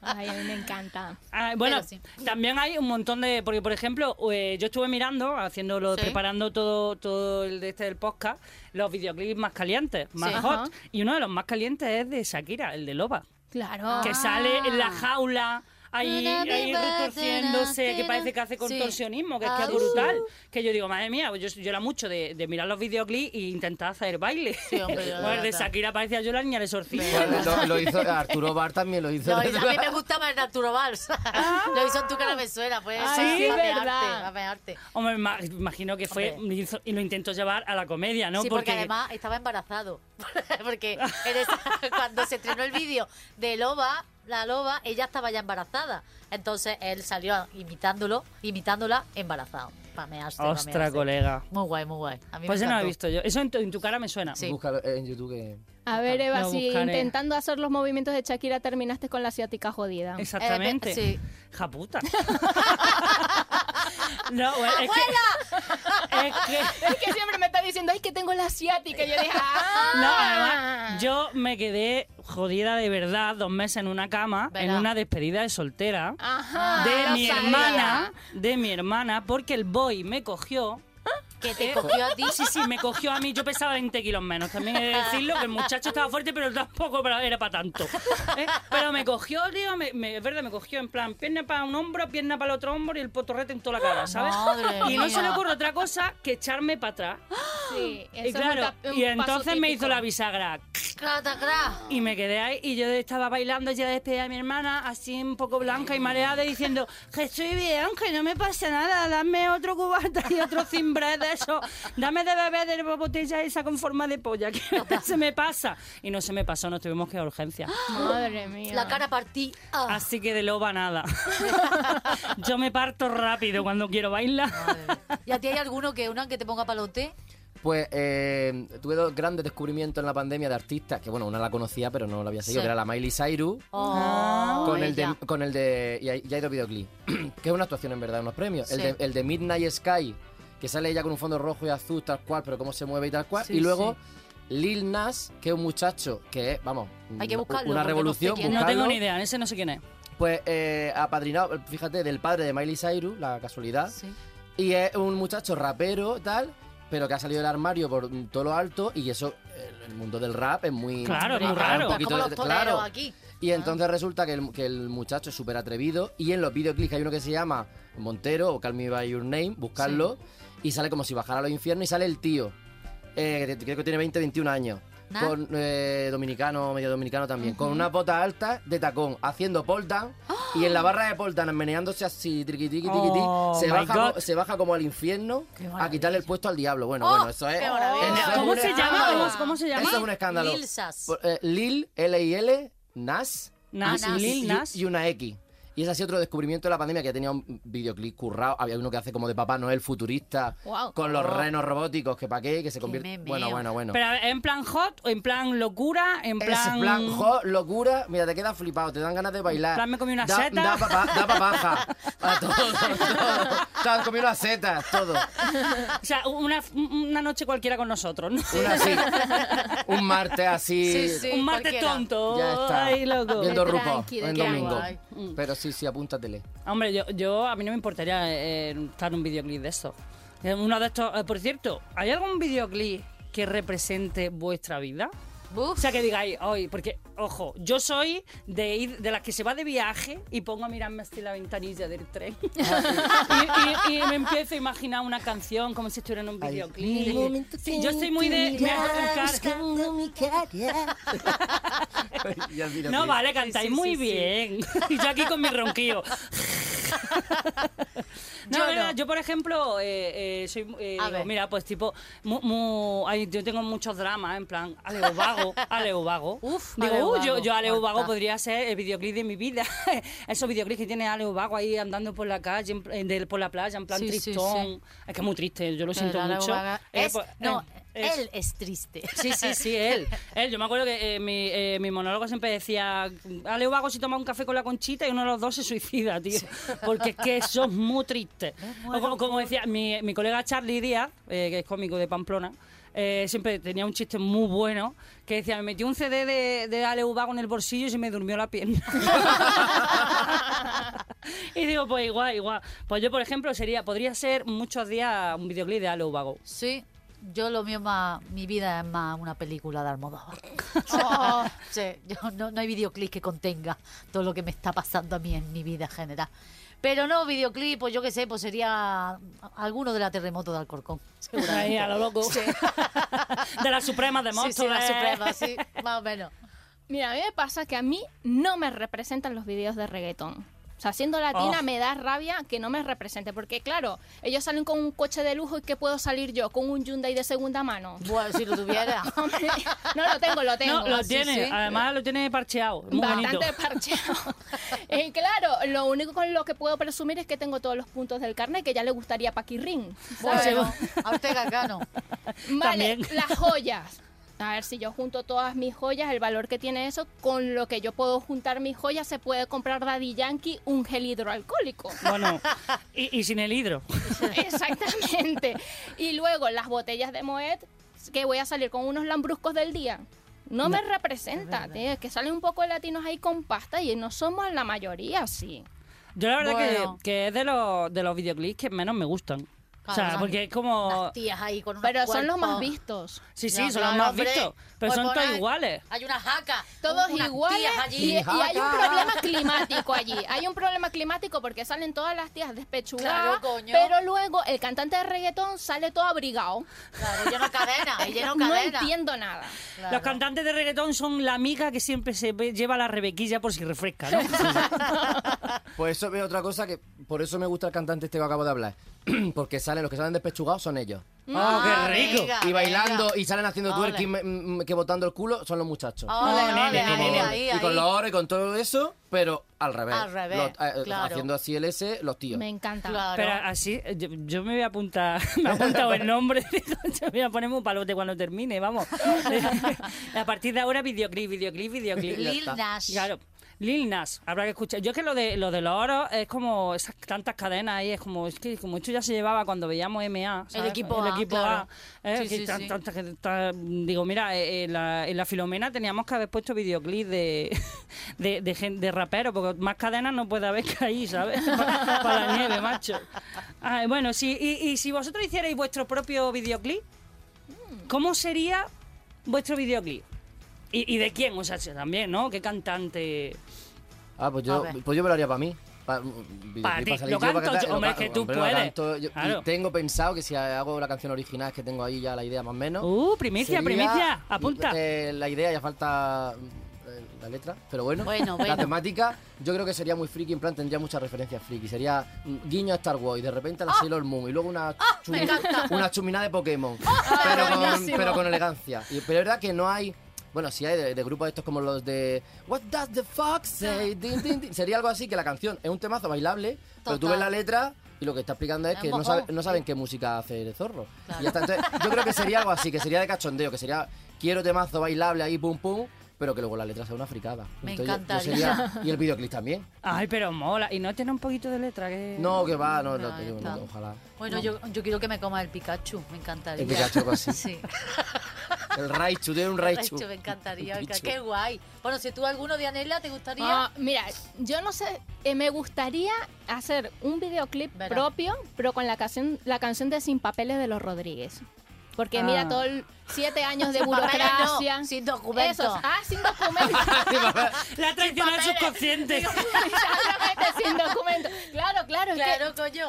Ay, a mí me encanta.
Ah, bueno,
Pero sí.
también hay un montón de. Porque, por ejemplo, eh, yo estuve mirando, haciéndolo,
Sí.
preparando todo, todo el de este del podcast, los videoclips más calientes, más
Sí.
hot.
Ajá.
Y uno de los más calientes es de Shakira, el de Loba,
Ah.
Claro.
que sale en la jaula ahí,
Una
ahí
viva
retorciéndose, que
cena.
parece que hace
Sí.
contorsionismo, que es que
Ah,
es brutal. Que yo digo, madre mía, pues yo, yo era mucho de, de mirar los videoclips e intentar hacer baile.
Sí, hombre, yo la
Bueno, de
verdad.
Shakira parecía yo la niña de sorcilla.
Pues Lo, lo hizo Arturo Bar también lo hizo.
No, a mí me gusta más el Arturo Valls. Lo hizo en tu cara me suena, pues.
Ah,
sí,
sí,
va a mearte,
verdad.
va a mearte.
Hombre, ma- imagino que fue
Hombre.
hizo- y lo intentó llevar a la comedia, ¿no?
sí, porque... además estaba embarazado. porque en esa- cuando se estrenó el vídeo de Loba, la Loba, ella estaba ya embarazada. Entonces él salió imitándolo, imitándola embarazado. Pa' mearse, pa'
Ostra,
mearse.
colega.
Muy guay, muy guay. A mí
Pues eso no lo he
me encantó.
visto yo. Eso en tu, en tu cara me suena.
Sí.
Búscalo en YouTube. que-
A ver, Eva,
Lo
si
buscaré.
intentando hacer los movimientos de Shakira terminaste con la asiática jodida.
Exactamente.
Eh, pe- sí.
Japuta. no, bueno, es que, es que-
Es que siempre me está diciendo, ay, que tengo la asiática. Y yo dije, ah.
No, además, yo me quedé jodida de verdad dos meses en una cama, en
Verá. Ah,
una despedida de soltera.
Ajá,
de
lo
mi
sabía.
hermana, de mi hermana, porque el boy me cogió.
Que te cogió a ti.
Sí, sí, me cogió a mí. Yo pesaba 20 kilos menos. También he de decirlo que el muchacho estaba fuerte, pero tampoco para- era para tanto. ¿eh? Pero me cogió, tío, me- me- es verdad, me cogió en plan pierna para un hombro, pierna para el otro hombro y el potorrete en toda la cara, ¿sabes?
Madre
y no se le
mía.
ocurre otra cosa que echarme para atrás.
Sí, eso
Y
es un
claro,
tap- un
y
paso
entonces me hizo
típico.
la bisagra.
Catacrá.
Y me quedé ahí y yo estaba bailando ya despedida de mi hermana, así un poco blanca y mareada, diciendo que estoy bien, que no me pasa nada, dame otro cubata y otro cimbre de eso, dame de beber de la botella esa con forma de polla, que se me pasa. Y no se me pasó, nos tuvimos que ir a urgencia.
Ah.
Madre mía.
La cara partí. Ah.
Así que de loba nada. Yo me parto rápido cuando quiero bailar.
¿Y a ti hay alguno que unan que te ponga palote?
Pues eh, tuve dos grandes descubrimientos en la pandemia de artistas, que bueno, una la conocía pero no la había seguido,
Sí.
que era la Miley Cyrus.
Oh,
Con el, de,
ella.
con el de. Y hay, y hay dos videoclips. que es una actuación en verdad, unos premios.
Sí.
El, de, el de Midnight Sky, que sale ella con un fondo rojo y azul, tal cual, pero cómo se mueve y tal cual.
Sí,
y luego Lil Nas, que es un muchacho que es, vamos,
Hay que
una-
buscarlo, porque
una
no sé
revolución.
quién es.
No tengo
buscarlo.
ni idea, ese no sé quién es.
Pues eh, apadrinado, fíjate, del padre de Miley Cyrus, la casualidad.
Sí.
Y es un muchacho rapero, tal, pero que ha salido del armario por mm, todo lo alto. Y eso, el, el mundo del rap es muy.
Claro, es muy
ah, un
raro.
Pues
poquito
como los
de-
toreros
claro.
aquí.
Y entonces resulta que el, que el muchacho es súper atrevido y en los videoclips que hay uno que se llama Montero o Call Me By Your Name, buscarlo, y sale como si bajara a los infiernos y sale el tío, eh, que te- creo que tiene 20, 21 años,
¿Ah?
Nah.
con eh, dominicano, medio dominicano también, con unas botas altas de tacón, haciendo pole dance,
¡Ah!
y en la barra de pole dance, meneándose así, triqui, triqui, triqui, triqui,
Oh,
se,
my
baja,
God.
co- se baja como al infierno a quitarle el puesto al diablo. Bueno,
Oh,
bueno, eso es...
qué maravilla.
eso es
¿Cómo
un
se llama?
escándalo.
¿Cómo- ¿Cómo se llama?
Eso es un escándalo.
Lil Sas.
Por- eh, Lil, L-I-L, Nas.
Nas,
y- y-
Lil
y-
Nas.
Y una X. Y ese ha sido otro descubrimiento de la pandemia que tenía un videoclip currado. Había uno que hace como de Papá Noel futurista.
Guau.
Con los renos robóticos, que pa' qué, que se convierte.
memeo.
Bueno, bueno, bueno.
Oh. Pero a ver, ¿en plan hot o en plan locura? En plan...
Es plan, jo, locura. Mira, te quedas flipado, te dan ganas de bailar.
plan, me comí una
da,
seta.
Da papá, da papaja. A todo, todo. Te han comido una seta, todo.
O sea, una, una noche cualquiera con nosotros, ¿no?
Una así. Un martes así.
Sí, sí.
un martes
cualquiera.
tonto.
Ya está.
Ay, loco. Mm.
Viendo
De
Rupo
tranqui, de
en
tranqui.
domingo.
Guay.
Pero sí, sí, apúntatele.
Hombre, yo, yo a mí no me importaría eh, estar en un videoclip de estos. En Uno de estos, eh, por cierto, ¿hay algún videoclip que represente vuestra vida? O
Uf.
sea, que digáis, hoy, porque, ojo, yo soy de ir, de las que se va de viaje y pongo a mirarme así la ventanilla del tren.
Ah,
y, y- y me empiezo a imaginar una canción como si estuviera en un videoclip. Sí, yo soy muy de. me hago acercar.
Y al
No,
videoclip.
vale, cantáis muy bien. y yo aquí con mi ronquillo. no,
Yo
yo,
no.
yo por ejemplo, eh, eh, soy. eh,
A
digo,
ver.
mira, pues tipo. mu- mu- ay, yo tengo muchos dramas, en plan. Aleo Vago, Aleo Vago.
Uf,
digo,
Aleo
uh,
Vago,
yo, yo Aleo Vago
Marta.
podría ser el videoclip de mi vida. Esos videoclips que tiene Aleo Vago ahí andando por la calle, en pl- en del- por la playa, en plan
Sí, sí,
tristón. Es que es muy triste, yo lo siento
Pero la
mucho.
vaga-
Eh,
es-
pues,
no,
eh, es-
él es triste.
Sí, sí, sí, él. Él, yo me acuerdo que eh, mi, eh, mi monólogo siempre decía, Ale Vago si toma un café con la conchita y uno de los dos se suicida, tío. Porque es que eso es muy triste. O como, como decía mi, mi colega Charlie Díaz, eh, que es cómico de Pamplona, eh, siempre tenía un chiste muy bueno que decía, me metió un CD de, de Ale Vago en el bolsillo y se me durmió la pierna. y digo, pues igual, igual. Pues yo, por ejemplo, sería, podría ser muchos días un videoclip de Ale Vago.
Sí, yo lo mío más, mi vida es más una película de Almodóvar.
Oh,
Sí, yo- no, no hay videoclip que contenga todo lo que me está pasando a mí en mi vida en general. Pero no, videoclip, pues yo qué sé, pues sería alguno de la terremoto de Alcorcón. seguramente.
Ahí, a lo loco. De la Suprema de
Sí,
Móstoles.
sí, la suprema, sí, más o menos.
Mira, a mí me pasa que a mí no me representan los videos de reggaetón. O sea, siendo latina
Oh.
me da rabia que no me represente, porque claro, ellos salen con un coche de lujo y ¿qué puedo salir yo? ¿Con un Hyundai de segunda mano?
Bueno, si lo tuviera.
Hombre, no lo tengo, lo tengo.
No, lo
Sí,
tiene,
sí.
además lo tiene parcheado. Muy bonito.
Bastante parcheado. Eh, claro, lo único con lo que puedo presumir es que tengo todos los puntos del carnet que ya le gustaría a Paquirrín. ¿sabes?
Bueno, a usted Cacano.
Vale,
También.
las joyas. A ver, si yo junto todas mis joyas, el valor que tiene eso, con lo que yo puedo juntar mis joyas, se puede comprar Daddy Yankee un gel hidroalcohólico.
Bueno, y, y sin el hidro.
Exactamente. Y luego las botellas de Moet, que voy a salir con unos lambruscos del día. No, me representa, tío, que salen un poco de latinos ahí con pasta y no somos la mayoría, sí.
Yo la verdad
Bueno.
que, que es de los, de los videoclips que menos me gustan. o sea,
Claro,
porque es como...
Unas tías ahí con unos
Pero son los más
cuerpos.
vistos.
Sí, sí,
No,
son
claro,
los más
hombre.
vistos, pero
Pues
son
por
todos
ahí
iguales.
Hay una jaca.
Todos
unas
iguales
tías
y, y
allí.
hay un problema climático allí. Hay un problema climático porque salen todas las tías despechugadas,
Claro, coño.
pero luego el cantante de reggaetón sale todo abrigado.
Claro, lleno cadena, y lleno
No
cadena.
entiendo nada.
Claro.
Los cantantes de reggaetón son la amiga que siempre se ve- lleva la rebequilla por si refresca, ¿no?
Pues eso es otra cosa que por eso me gusta el cantante este que acabo de hablar. Porque salen, los que salen despechugados son ellos.
¡Oh,
Ah,
qué rico!
Venga,
Y bailando
venga.
y salen haciendo
Ole.
twerking mm, mm, que botando el culo son los muchachos.
Ole,
No,
ole,
nene,
Ah, ahí,
nene.
ahí,
y
ahí.
con los oros y con todo eso, pero al revés.
Al revés,
Los- eh,
claro.
Haciendo así el S, los tíos.
Me encanta.
Claro.
Pero así, eh, yo, yo me voy a apuntar, me he apuntado el nombre, digo, yo me voy a ponerme un palote cuando termine, vamos. a partir de ahora, videoclip, videoclip, videoclip.
Lil Nash.
Claro. Lil Nas, habrá que escuchar. Yo es que lo de, lo de los oros es como esas tantas cadenas ahí, es como, es que como esto ya se llevaba cuando veíamos MA. ¿sabes?
equipo A, claro.
¿eh?
Sí,
Que
sí,
tan-
sí.
tantas que tan- digo, mira, eh, en la, en la Filomena teníamos que haber puesto videoclip de, de, de, gen- de rapero, porque más cadenas no puede haber que ahí, ¿sabes? Para, la nieve, macho. Ay, bueno, sí, y, y si vosotros hicierais vuestro propio videoclip, ¿cómo sería vuestro videoclip? ¿Y, y de quién? O sea, también, ¿no? ¿Qué cantante?
Ah, pues
A
yo,
ver.
pues yo me lo haría para mí. Para
Pa' ti. Lo canto yo, hombre, que tú puedes. Claro.
Y tengo pensado que si hago la canción original, que tengo ahí ya la idea más o menos.
Uh, primicia,
sería-
primicia, apunta.
eh, la idea, ya falta eh, la letra, pero bueno.
Bueno, bueno.
La temática, yo creo que sería muy friki, en plan tendría muchas referencias friki. Sería mm, guiño a Star Wars y de repente a
Ah.
la Sailor Moon y luego una, chumi- una chuminada de Pokémon.
Ah,
pero, con,
buenísimo.
pero con elegancia. Y- pero es verdad que no hay... Bueno, si hay de, de grupos estos como los de What does the fox say? Din, din, din. Sería algo así que la canción es un temazo bailable, pero tú
Total.
ves la letra y lo que está explicando es
Es
que no,
mojón.
sabe- no saben qué música hace el zorro.
Claro.
Y hasta entonces, yo creo que sería algo así, que sería de cachondeo, que sería quiero temazo bailable ahí, pum pum, pero que luego la letra sea una fricada.
Me
Entonces, yo- yo
encantaría.
sería- y el videoclip también.
Ay, pero mola. ¿Y no tiene un poquito de letra? Que...
No, que va, no, no,
No,
te digo,
está.
no, ojalá.
Bueno, yo, yo quiero que me coma el Pikachu, me encantaría.
El Pikachu, algo así.
Sí.
El Raichu, tiene un Raichu.
Pikachu, me encantaría.
Un Pichu.
Qué guay. Bueno, si tú alguno de Anela te gustaría.
Ah, mira, yo no sé, eh, me gustaría hacer un videoclip
Verá.
propio, pero con la canción, la canción de Sin Papeles de los Rodríguez. Porque mira,
Ah.
todo el siete años de
Sin papeles,
burocracia.
no, sin documentos.
Eso, ah, sin documentos.
La traición al
Sin papeles.
subconsciente.
Exactamente, sin documentos. Claro, claro, es que
Claro, coño.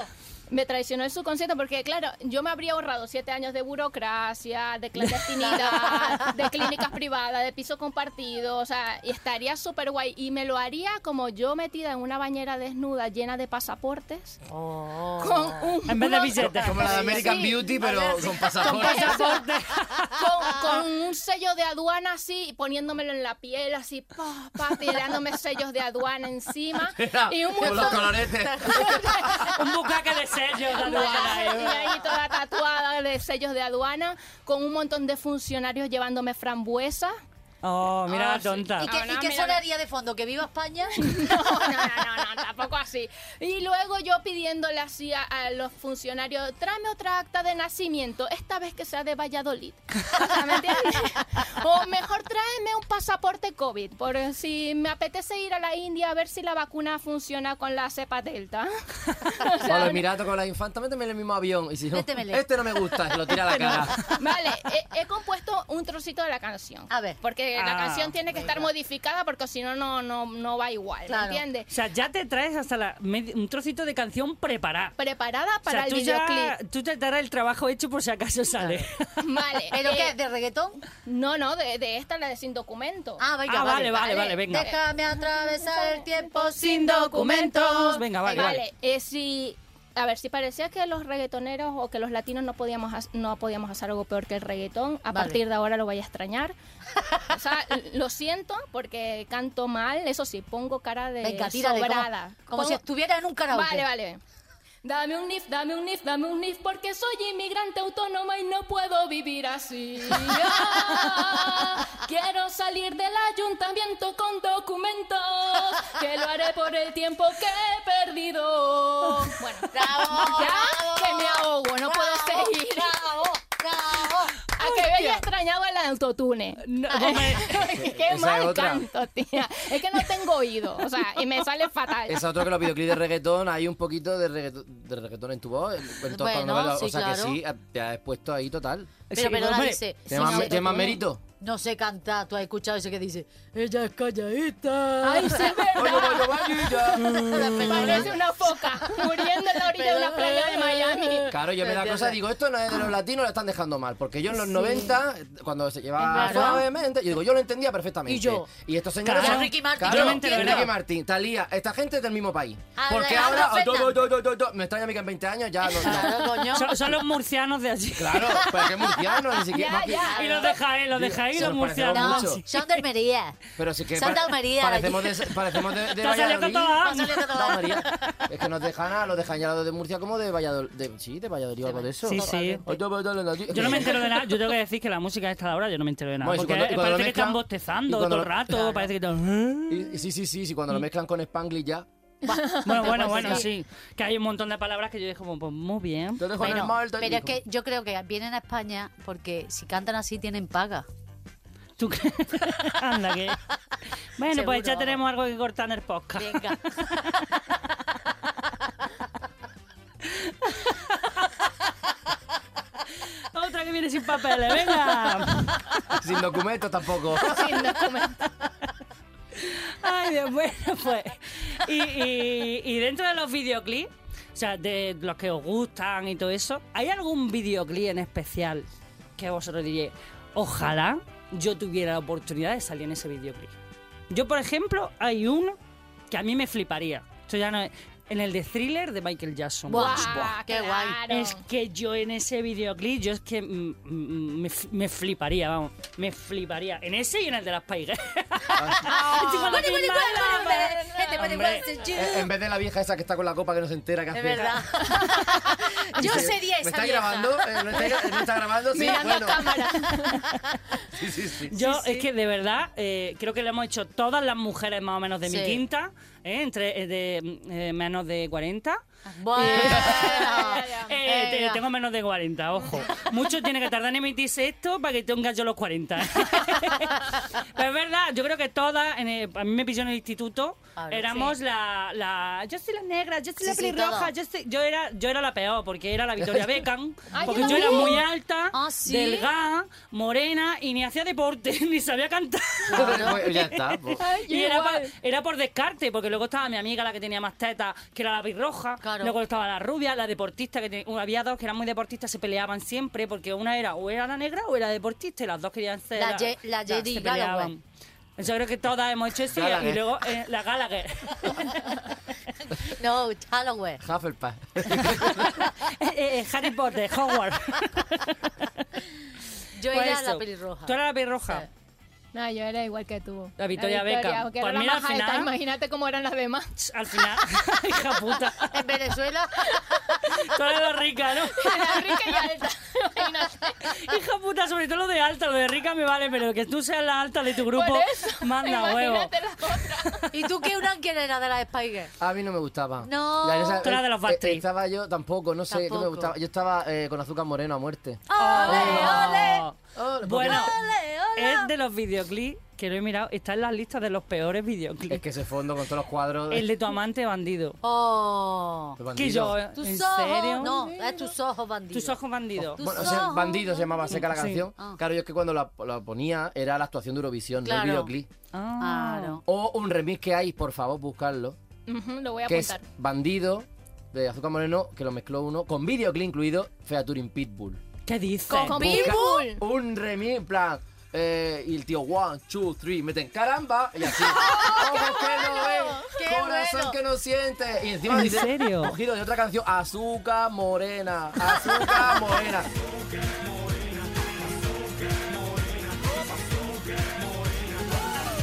me traicionó el subconsciente porque, claro, yo me habría ahorrado siete años de burocracia, de clandestinidad, de clínicas privadas, de piso compartido, o sea, y estaría súper guay. Y me lo haría como yo metida en una bañera desnuda llena de pasaportes
Oh.
Oh,
con un...
En vez de
unos-
billetes.
Como la de American
Sí.
Beauty, pero con
con
pasaporte.
pasaporte, con, con un sello de aduana así, poniéndomelo en la piel así, pa, pa, tirándome sellos de aduana encima y un
Con los
montón-
coloretes.
Un bucaque de sellos. la aduana,
Vale,
eh.
Y ahí toda tatuada de sellos de aduana, con un montón de funcionarios llevándome frambuesa.
Oh, mira
Ah,
la tonta.
¿Y qué,
Ah, no,
y qué
mira,
sonaría de fondo? ¿Que viva España?
No, no, no, no, no, tampoco así. Y luego yo pidiéndole así a, a los funcionarios, tráeme otra acta de nacimiento, esta vez que sea de Valladolid. O sea, ¿me entiendes? O mejor tráeme un pasaporte COVID, por si me apetece ir a la India a ver si la vacuna funciona con la cepa delta. O sea,
O los Emiratos con la infanta, méteme en el mismo avión. Y si no,
Métemele.
este no me gusta, se lo tira a la cara.
Vale, he, he compuesto un trocito de la canción.
A ver.
Porque que la
Ah,
canción tiene que estar modificada porque si no, no, no, no va igual,
Claro.
¿me entiendes?
O sea, ya te traes hasta la medi- un trocito de canción preparada.
Preparada para
o sea, tú
el videoclip.
ya tú te darás el trabajo hecho por si acaso sale.
Vale.
¿Pero
eh,
qué? ¿De reggaetón?
No, no, de, de esta, la de sin documento.
Ah, venga,
ah, vale, vale, vale,
vale.
venga.
Déjame atravesar el tiempo sin
documentos.
documentos.
Venga, vale, vale.
eh, si, a ver, si parecía que los reggaetoneros o que los latinos no podíamos, ha- no podíamos hacer algo peor que el reggaetón, a
Vale.
partir de ahora lo vaya a extrañar. O sea, l- lo siento porque canto mal, eso sí, pongo cara de
Venga, tírale. como-
sobrada.
Como,
Pongo-
si estuviera en un karaoke.
Vale, vale. Dame un NIF, dame un NIF, dame un NIF, porque soy inmigrante autónoma y no puedo vivir así. Ah, quiero salir del ayuntamiento con documentos, que lo haré por el tiempo que he perdido. Bueno,
¡Bravo!
ya que me ahogo, no puedo
bravo,
seguir.
¡Bravo! ¡Bravo!
A que yo ya extrañaba el autotune.
No, hombre,
Qué
Esa es
mal
otra.
canto, tía. Es que no tengo oído, o sea, y me sale fatal.
Es otro que los videoclips de reggaetón, hay un poquito de reggaetón, de reggaetón en tu voz. en- en todos
Bueno,
los-
sí,
o sea
claro.
que sí, te has expuesto ahí total.
sí,
Pero perdona,
hombre,
dice.
¿Tiene
sí,
más,
sí,
tiene más
sí.
mérito?
No sé cantar, tú has escuchado eso que dice, ella es calladita.
Ay, sí, es verdad.
Perdona.
Parece una foca muriendo en la orilla de una playa de Miami.
Claro, yo me da
Entiendo.
cosa, digo, esto no es de los latinos, lo están dejando mal. Porque yo en los 90, cuando se llevaba
Es verdad.
suavemente, yo digo, yo lo entendía perfectamente.
Y yo.
Y estos señores.
Claro,
son-
Ricky Martin,
claro,
yo me entero.
Ricky Martin, Talía, esta gente es del mismo país.
Habla-
Porque
habla
ahora.
Fernando.
oh, do, do, do, do, do, me extraña a mí que en 20 años ya. No, no.
Claro, coño.
son, son los murcianos de allí.
Claro, pero es que es murciano, ni siquiera.
Ya,
más que-
ya.
Y los dejáis, los dejáis,
Se
los
nos parecemos
murcianos.
mucho.
Sí.
Son de Almería.
Pero sí que.
Son de
pa-
Almería,
Parecemos de. Parecemos de, de
No salió
Valladolid.
con todas.
No salió con todas.
No, María, Es que nos dejan a los dejan ya los de Murcia como de Valladolid. de- sí, de Valladolid o algo de eso.
Sí, sí.
Oh, do, do, do, do, do.
Yo no me entero de nada. Yo tengo que decir que la música está ahora, yo no me entero de nada.
Bueno, y
porque
cuando- y cuando lo
parece que están
mezclan-
bostezando
y cuando
todo el
lo-
rato. Parece que todo-
Y- y sí, sí, sí, sí, cuando lo mezclan con Spanglish ya.
Bueno, bueno,
Pues
bueno,
sí.
sí. Que hay un montón de palabras que yo dejo como, pues muy bien.
Te dejo en el
Bueno,
mal, tal-
pero es que yo creo que vienen a España porque si cantan así tienen paga.
¿Tú qué? Anda, que. Bueno,
Seguro,
pues ya
vamos.
tenemos algo que cortar en el podcast.
Venga.
Otra que viene sin papeles, venga.
Sin documentos tampoco.
Sin documento.
Ay, Dios, bueno, pues. Y, y- y dentro de los videoclips, o sea, de los que os gustan y todo eso, ¿hay algún videoclip en especial que vosotros diréis, ojalá yo tuviera la oportunidad de salir en ese videoclip? Yo, por ejemplo, hay uno que a mí me fliparía. Esto ya no es- En el de thriller de Michael Jackson.
Buah.
Buah,
qué guay.
claro.
Es que yo en ese videoclip, yo es que mm, mm, me, f- me fliparía, vamos. Me fliparía. En ese y en el de las paigas. Eh,
E, En en vez de la vieja esa que está con la copa que no se entera que
Es
hace.
verdad. Yo
Dice,
sería
¿Me
esa
está
vieja.
grabando? Eh, ¿No está, no está grabando? Sí,
Mirando
bueno.
a cámara.
Sí, sí, sí.
Yo es que de verdad eh, creo que lo hemos hecho todas las mujeres más o menos de mi
Sí.
quinta, eh, entre eh, de mm, eh, menos de 40.
Bueno.
Eh, te-
venga.
tengo menos de 40, ojo. Mucho tiene que tardar en emitirse esto para que tenga yo los 40. Pero es verdad, yo creo que todas, en el- a mí me pilló en el instituto,
A ver,
éramos la, la- Yo soy la negra, yo soy la
Ah, Sí, sí,
pelirroja,
todo.
yo, soy- yo, era, yo era la peor, porque era la Victoria Beckham,
Ay,
porque
yo
yo era
también.
muy alta,
Ah, ¿sí?
delgada, morena y ni hacía deporte, ni sabía cantar.
Pues ya está. pues.
Ay, yo
Y era, pa-
igual.
era por descarte, porque luego estaba mi amiga, la que tenía más tetas, que era la pirroja.
Claro.
Luego estaba la rubia, la deportista, que te- uh, había dos que eran muy deportistas, se peleaban siempre, porque una era o era la negra o era deportista, y las dos querían ser.
La Ye- la
se
Jedi
peleaban.
Galloway.
Yo creo que todas hemos hecho eso y- y,
Gallagher.
luego eh, la Gallagher.
No, Halloween.
Hufflepuff.
Eh, eh, Harry Potter, Hogwarts.
Yo
Pues
era
eso.
la pelirroja.
Tú eras la pelirroja.
Sí.
No, yo era igual que tú.
La Victoria Beckham.
que
Pues
era la
mira,
más
al
alta,
final-
Imagínate cómo eran las demás.
Al final, hija puta.
En Venezuela.
Tú eres la rica, ¿no?
La rica y alta. Imagínate.
Hija puta, sobre todo lo de alta, lo de rica me vale, pero que tú seas la alta de tu grupo,
Por eso.
manda
imagínate
huevo.
las otras.
¿Y tú qué una quién era de las Spiker?
A mí no me gustaba.
No.
La- esa-
Tú eras de los Backstreet.
eh, Estaba yo tampoco, no sé, no me
Tampoco.
Oh.
Oh,
gustaba. Yo estaba eh, con azúcar moreno a muerte.
¡Ole, ole!
Bueno,
¡Ole, ole!
es de los videoclips que lo he mirado. Está en las listas de los peores videoclips.
Es que ese fondo con todos los cuadros.
El de tu amante bandido.
Oh.
de bandido.
Que yo, ¿en
Tus ojos.
serio?
No, es tus ojos, bandido.
Tus ojos bandidos.
Tus
Bueno, o sea,
ojos,
Bandido se llamaba
bandido.
seca la
Sí.
canción.
Ah.
Claro, yo es que cuando la, la ponía era la actuación de Eurovisión, no
Claro.
el videoclip.
Ah,
Claro.
O un remix que hay, por favor, buscarlo.
Ujú, lo voy a
Que es
apuntar.
Bandido de Azúcar Moreno, que lo mezcló uno, con videoclip incluido, Featuring Pitbull.
¿Qué dices?
Con
Busca
Pitbull.
Un remix, en plan. eh, y el tío, one, two, three, meten caramba. Y así. ojos que no
¡Qué
ven, corazón
bueno!
que no siente. Y encima
¿En
dice,
serio?
cogido de otra canción, Azúcar Morena, Azúcar Morena.
La luna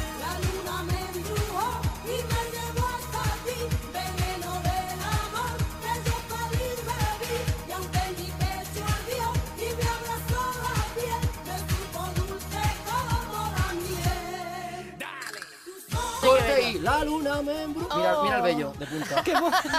me embrujó y me llevó hasta ti, veneno del amor, que yo feliz bebí, y aunque mi pecho ardió y me abrazó la piel, me supo dulce como la miel.
Corte y la luna me embru- Mira, mira el bello de punta.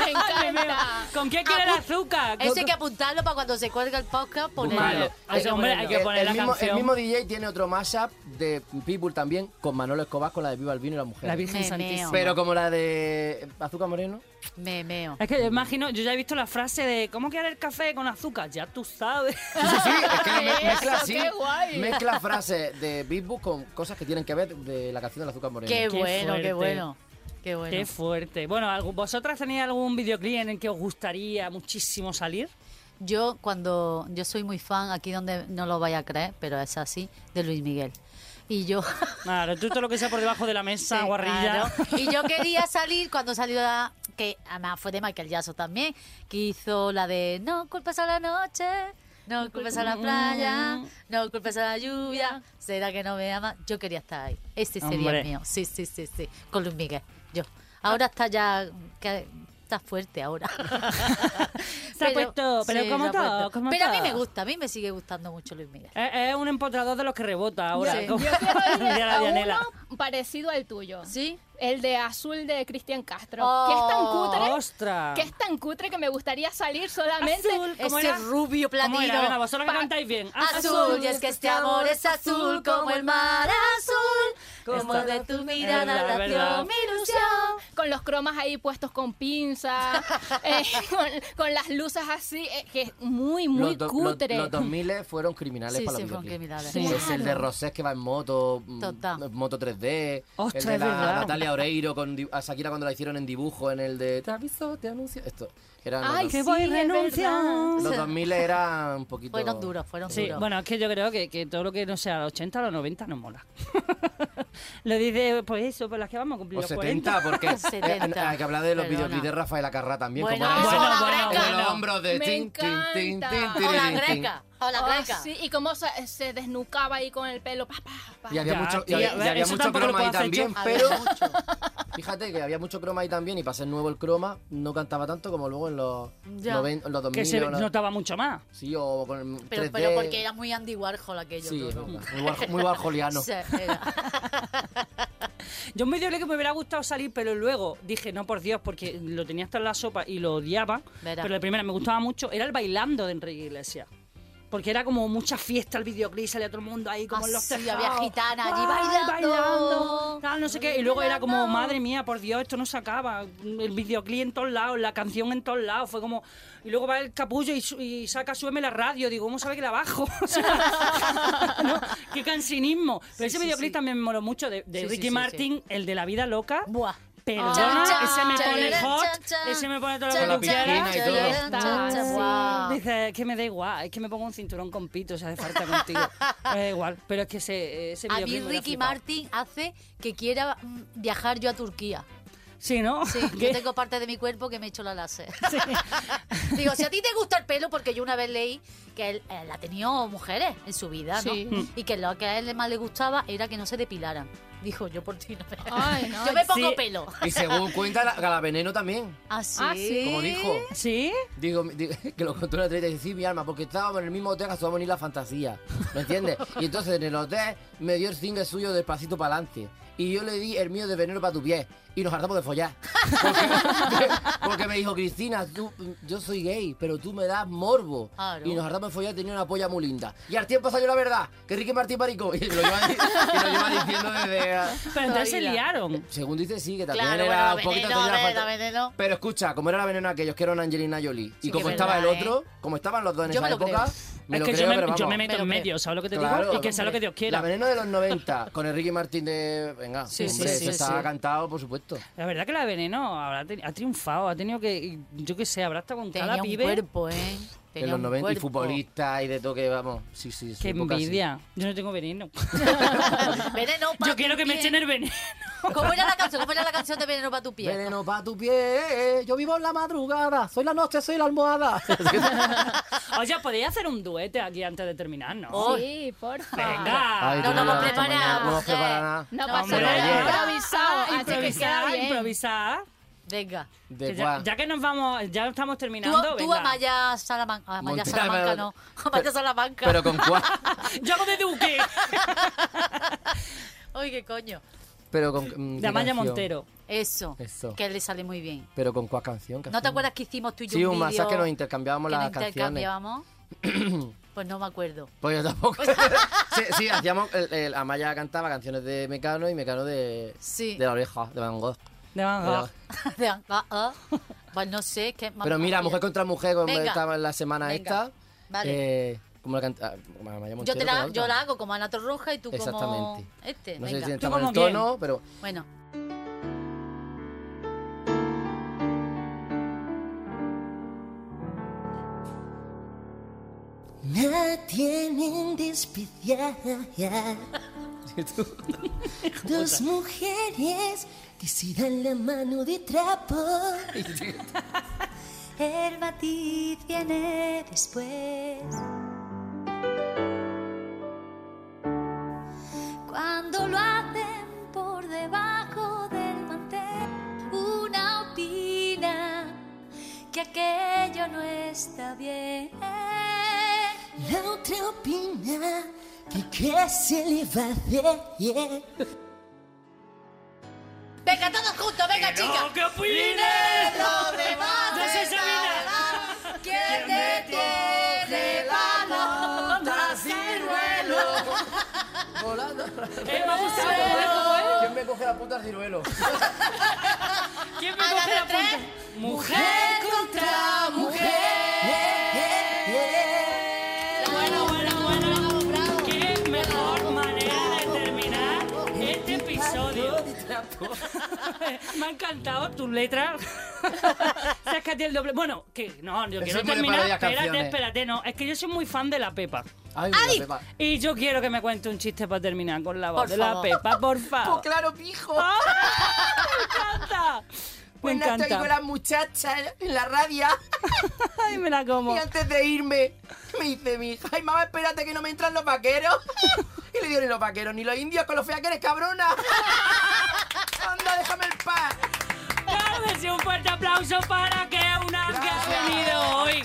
Me encanta.
¿Con qué quiere el azúcar?
Eso hay que apuntarlo para cuando se cuelga el podcast,
Vale.
ponerlo.
Vale.
Hay que poner- hay que
El-
poner
el,
la
mismo,
canción.
el mismo DJ tiene otro mashup de People también con Manolo Escobar con la de Viva el Vino y la mujer.
La Virgen
Meneo.
Santísima.
Pero como la de Azúcar Moreno.
Me meo.
Es que yo imagino, yo ya he visto la frase de ¿Cómo quieres el café con azúcar? Ya tú sabes.
Sí, sí, sí, es que me-
Eso,
mezcla así.
qué guay.
Mezcla frases de Pitbull con cosas que tienen que ver de la canción de Azúcar Moreno.
Qué,
Qué
bueno,
fuerte.
qué bueno. Qué bueno.
Qué fuerte. Bueno, algo- ¿vosotras tenéis algún videoclip en el que os gustaría muchísimo salir?
Yo cuando yo soy muy fan, aquí donde no lo vaya a creer, pero es así, de Luis Miguel. Y yo
Claro, tú todo lo que sea por debajo de la mesa,
Sí,
guarrilla.
claro. Y yo quería salir cuando salió la que además fue de Michael Jackson también, que hizo la de No culpes a la noche, no culpes a la playa,
Mm.
no culpes a la lluvia, será que no me ama. Yo quería estar ahí. Este sería
Hombre.
el mío. Sí, sí, sí, sí. Con Luis Miguel. Yo. Ahora está ya que está fuerte ahora.
Se ha puesto- pero como
se ha
todo,
puesto.
como
Pero a mí
todo.
me gusta, a mí me sigue gustando mucho Luis Miguel.
Es, es un empotrador de los que rebota ahora.
Sí.
como-
Yo quiero ir
diría la
a
Dianela.
uno parecido al tuyo.
¿Sí?
El de azul de Cristian Castro.
Oh.
que es tan cutre.
¡Ostras!
Que es tan cutre que me gustaría salir solamente.
Azul, ¿Cómo
Ese
era?
rubio
¿Cómo era?
platino.
Venga, vosotros que
Pa-
cantáis bien.
Azul, y es que este amor es azul como el mar azul, como
Esta.
de tu mirada
Verdad, verdad.
nació mi ilusión.
Con los cromas ahí puestos con pinza, eh, con, con las luces así, eh, que es muy, muy
los, do-
cutre.
los, los 2000 fueron criminales
Sí,
para
sí,
los
fueron
videoclips.
criminales.
Sí, es el de
Claro.
Rosés que va en moto, mm,
Total.
moto 3D,
Ostras,
el de
es
la
verdad.
Natalia Oreiro con di- a Shakira cuando la hicieron en dibujo, en el de Te aviso, te anuncio. Esto. Eran
Ay,
los,
qué
Que voy
Sí, es
renuncia.
verdad.
los 2000 eran un poquito.
Fueron duros, fueron
Sí,
duros.
bueno, es que yo creo que, que todo lo que no sea los 80 o los 90 no mola. Lo dice, pues eso, pues las que vamos a cumplir
O
los
70,
40.
porque eh,
70.
hay que hablar de los
Perdona.
videoclips de Rafael Acarrá también.
Bueno,
como
bueno,
era eso.
bueno,
Como
bueno.
los hombros de
Me
tin, tin, tin, tin,
encanta.
tin,
O la
tin, tin.
greca, o la
Ah,
greca.
sí, y cómo se, se desnucaba ahí con el pelo. pa, pa, pa.
Y había
Ya,
mucho, y
tía,
había, y
eso
había mucho
tampoco lo
croma ahí
puedo hacer yo.
también,
Había
pero
mucho.
fíjate que había mucho croma ahí también y para ser nuevo el croma no cantaba tanto como luego en los,
Ya.
90, en los 2000.
Que se
o no-
notaba mucho más.
Sí, o con el
Pero,
3D.
pero porque era muy Andy Warhol aquello.
Sí,
tú,
es
¿no?
verdad, muy, bar- muy barjoliano.
Sí, era.
Yo un videoclip que me hubiera gustado salir, pero luego dije, no por Dios, porque lo tenía hasta en la sopa y lo odiaba.
Verá.
Pero la primera me gustaba mucho, era el bailando de Enrique Iglesias. Porque era como mucha fiesta el videoclip, salía todo el mundo ahí como en los
Ah, sí,
tejados.
había gitana allí
Ay,
bailando.
tal, no sé qué. Y luego era como, madre mía, por Dios, esto no se acaba. El videoclip en todos lados, la canción en todos lados. Fue como. Y luego va el capullo y, su- y saca, súbeme la radio. Digo, ¿cómo sabe que la bajo? O sea, no, qué cansinismo. Pero ese videoclip también me moló mucho de, de
Sí, sí,
Ricky
sí, sí.
Martin, el de La Vida Loca.
Buah.
Perdona,
Chan, chan,
ese me
chan,
pone
chan,
hot,
chan, chan.
ese me pone todo
Chan,
lo que tú
la
chan, Ah.
quieras.
piscina y todo.
chan, chan, chan,
Sí.
guau.
Dice, es que me da igual, es que me pongo un cinturón con pito si hace falta contigo. Me da igual, pero es que ese, ese
A mí
videoclip me hubiera
Ricky
flipado.
Martin hace que quiera mm, viajar yo a Turquía.
Sí, ¿no?
Sí,
Que-
yo tengo parte de mi cuerpo que me he hecho la láser. Digo, si a ti te gusta el pelo, porque yo una vez leí que él, eh, él ha tenido mujeres en su vida, ¿no?
Sí.
Y que lo que a él más le gustaba era que no se depilaran. Dijo, yo por ti no me...
Ay, no,
yo me
sí.
pongo pelo.
Y según cuenta la- Galaveneno también,
Así.
Ah, sí.
como dijo.
¿Sí?
Digo, di- que lo contó una atleta y dice, sí, mi alma, porque estábamos en el mismo hotel que a venir la fantasía. ¿Me entiendes? Y entonces en el hotel me dio el single suyo despacito para adelante. Y yo le di el mío de veneno para tu pie. Y nos hartamos de follar. Porque, porque me dijo, Cristina, tú, yo soy gay, pero tú me das morbo.
Claro.
Y nos hartamos de follar tenía una polla muy linda. Y al tiempo salió la verdad, que Ricky Martín Marico. Y lo lleva, di- y lo lleva diciendo desde. ah,
Pero entonces se
Todavía.
liaron.
Según dice, sí, que también
Claro,
era
bueno,
un
veneno,
poquito tenía la
hombre,
fanta-
la veneno.
Pero escucha, como era la veneno aquellos que eran Angelina Jolie
Sí,
y como
que es
estaba
verdad,
el otro, como estaban los dos en
Yo
esa
me lo
época,
creo.
me
es
lo
que
creo,
yo, me,
pero
yo
vamos.
me meto
Pero
en
creo.
medio, ¿sabes lo que te
Claro,
digo? Y que sea lo que Dios quiera.
La veneno de los 90 con el Ricky Martin de. Venga,
Sí,
hombre,
sí,
eso
sí,
estaba
sí.
cantado, por supuesto.
La verdad que la Veneno habrá teni- ha triunfado, ha tenido que, yo qué sé, habrá estado con
Tenía
cada
un
pibe.
cuerpo, ¿eh? Tenía
en los
un
90 y
cuerpo.
futbolista y de toque, vamos. Sí, sí,
Qué
época, sí.
envidia. Yo no tengo veneno.
veneno pa'
yo quiero
tu
que me
pie.
echen el veneno.
¿Cómo era la canción? ¿Cómo era la canción de Veneno para tu pie?
Veneno pa' tu pie, yo vivo en la madrugada, soy la noche, soy la almohada.
Oye, podéis hacer un duete aquí antes de terminar, ¿no?
Sí, porfa.
Venga.
Ay,
no
tú,
nos
mira,
hemos
esta
preparado,
mañana No nos
mujer.
prepara nada.
No
No,
pasa
hombre,
nada.
ayer.
Improvisado. así que queda
Ah, improvisar,
bien.
improvisar.
Venga.
De
Que ya,
cuá.
ya que nos vamos, ya estamos
Tú,
terminando.
tú
venga.
Amaya Salamanca. Amaya
Montera,
Salamanca
pero-
no. Amaya Salamanca.
Pero con cuá.
Yo hago de Duque,
Oye, qué coño.
Pero con. mm,
de Amaya
canción.
Montero.
Eso.
Eso.
Que le sale muy bien.
Pero con cuá canción.
¿No te
hacemos?
acuerdas que hicimos tú y yo
Sí, un
un vídeo
masaje que nos intercambiábamos
que nos
las canciones.
intercambiábamos? pues no me acuerdo.
Pues yo tampoco. sí, sí, hacíamos. El, el- Amaya cantaba canciones de Mecano y Mecano de.
Sí.
De la oreja, de Van Gogh.
De Van
De la-
Gogh.
De- ah, ah. Pues no sé. Que
Pero mira, mujer contra mujer, como
Venga.
estaba en la semana
Venga.
esta.
Vale.
eh, como la canta. ah, como Amaya
yo,
Montero,
te
pero
la,
otra.
yo la hago como Ana Torroja y tú como
Exactamente.
este.
No sé
Venga.
si estamos en el
como quién?
tono, pero.
Bueno.
Me tienen de especial Dos mujeres que se dan la mano de trapo El matiz viene después Cuando lo hacen por debajo del mantel Una opina que aquello no está bien. La otra opina que qué se le va a hacer.
Venga, todos juntos, venga, chicas.
¿Qué opines? No se sabe
¿Quién te tiene la nota
nada. Eh, vamos a ver,
¿Quién me coge la puta al ciruelo?
¿Quién me coge la punta? Mujer.
contra mujer?
Bueno, bueno,
Bravo,
bueno.
bravo.
Qué mejor manera de terminar este episodio. Me ha encantado tu letra. Sabes que a ti el doble. Bueno, que no, yo
Eso
quiero terminar.
es muy de parodias
Espérate,
canciones.
espérate, no. Es que yo soy muy fan de la Pepa.
Ay,
Ay.
mira, Pepa.
Y yo quiero que me cuente un chiste para terminar con la voz
Por
de
favor.
la Pepa, por favor.
claro, pijo.
¡Oh, ¡Ah! ¡Me encanta!
Pues
Me encanta.
muchacha en la radio
Ay, me la como.
antes de irme me dice mi hija, ay mamá, espérate que no me entran los vaqueros. Y le digo, ni los vaqueros, ni los indios, con los fea que eres, cabrona. Anda, déjame el paz.
Claro que sí, un fuerte aplauso para que una que ha venido hoy.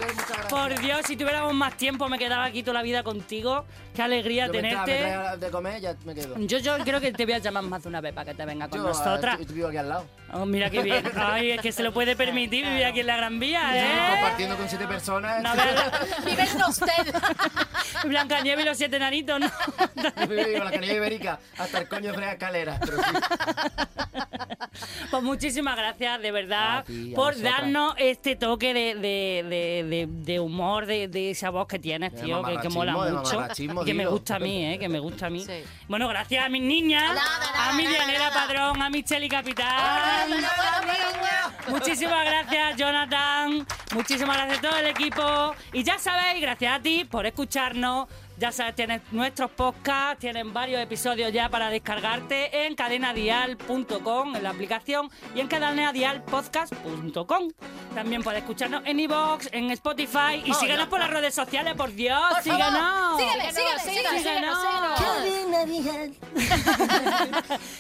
Por Dios, si tuviéramos más tiempo me quedaba aquí toda la vida contigo. Qué alegría tenerte.
de comer, ya me quedo.
Yo, yo creo que te voy a llamar más de una vez para que te venga con
Yo,
nosotras.
eh, tu- tu vivo aquí al lado.
Oh, mira qué bien. Ay, es que se lo puede permitir vivir aquí en la Gran Vía, ¿eh?
Compartiendo con siete personas.
No, pero-
Vive en un hostel.
Blanca Nieve y los siete nanitos, ¿no?
Yo vivo con la canilla ibérica hasta el coño de la escalera. Pero sí.
Pues muchísimas gracias, de
A
verdad,
ti, a
por
vosotras.
darnos este toque de, de- de- de- de humor, de, de esa voz que tienes,
De
tío, que, que
mamarrachismo,
mola
de
mucho.
mamarrachismo,
Que me
dilo.
gusta a mí, ¿eh? Que me gusta a mí.
Sí.
Bueno, gracias a mis niñas,
Nada, nada,
a mi
nada,
Dianela
nada.
Padrón, a mi Cheli Capital.
Bueno, bueno, bueno.
Muchísimas gracias, Jonathan. Muchísimas gracias a todo el equipo. Y ya sabéis, gracias a ti por escucharnos. Ya sabes, tienes nuestros podcasts, tienen varios episodios ya para descargarte en cadenadial.com, en la aplicación, y en cadenadialpodcast.com. También puedes escucharnos en iVoox, en Spotify, y síganos por las redes sociales, por Dios, síganos.
Sígueme, sígueme, sígueme,
Síguenos.
sígueme.
Cadena Dial.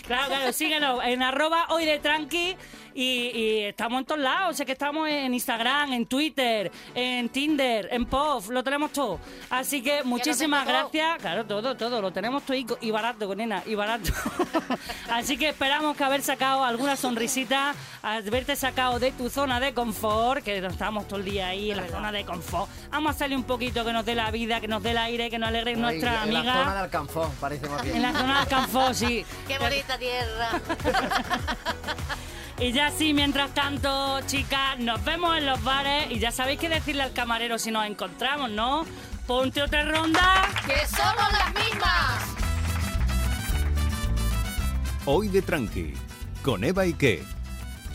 Claro, claro, síguenos en arroba hoy de tranqui y, y estamos en todos lados. Sé que estamos en Instagram, en Twitter, en Tinder, en POF, lo tenemos todo. Así que muchísimas
tengo todo.
gracias. Claro, todo, todo, lo tenemos todo y, co- y barato, nena, y barato. Así que esperamos que haber sacado alguna sonrisita, haberte sacado de tu zona de confort, que estamos todo el día ahí en la zona de confort. Vamos a salir un poquito, que nos dé la vida, que nos dé el aire, que nos alegre nuestra
Ahí, en
amiga.
La zona de Alcanfón, parece más bien.
En la zona de Alcanfor, sí.
¡Qué bonita tierra!
Y ya sí, mientras tanto, chicas, nos vemos en los bares y ya sabéis qué decirle al camarero si nos encontramos, ¿no? Ponte otra ronda.
Que somos las mismas.
Hoy de Tranqui, con Eva Ike.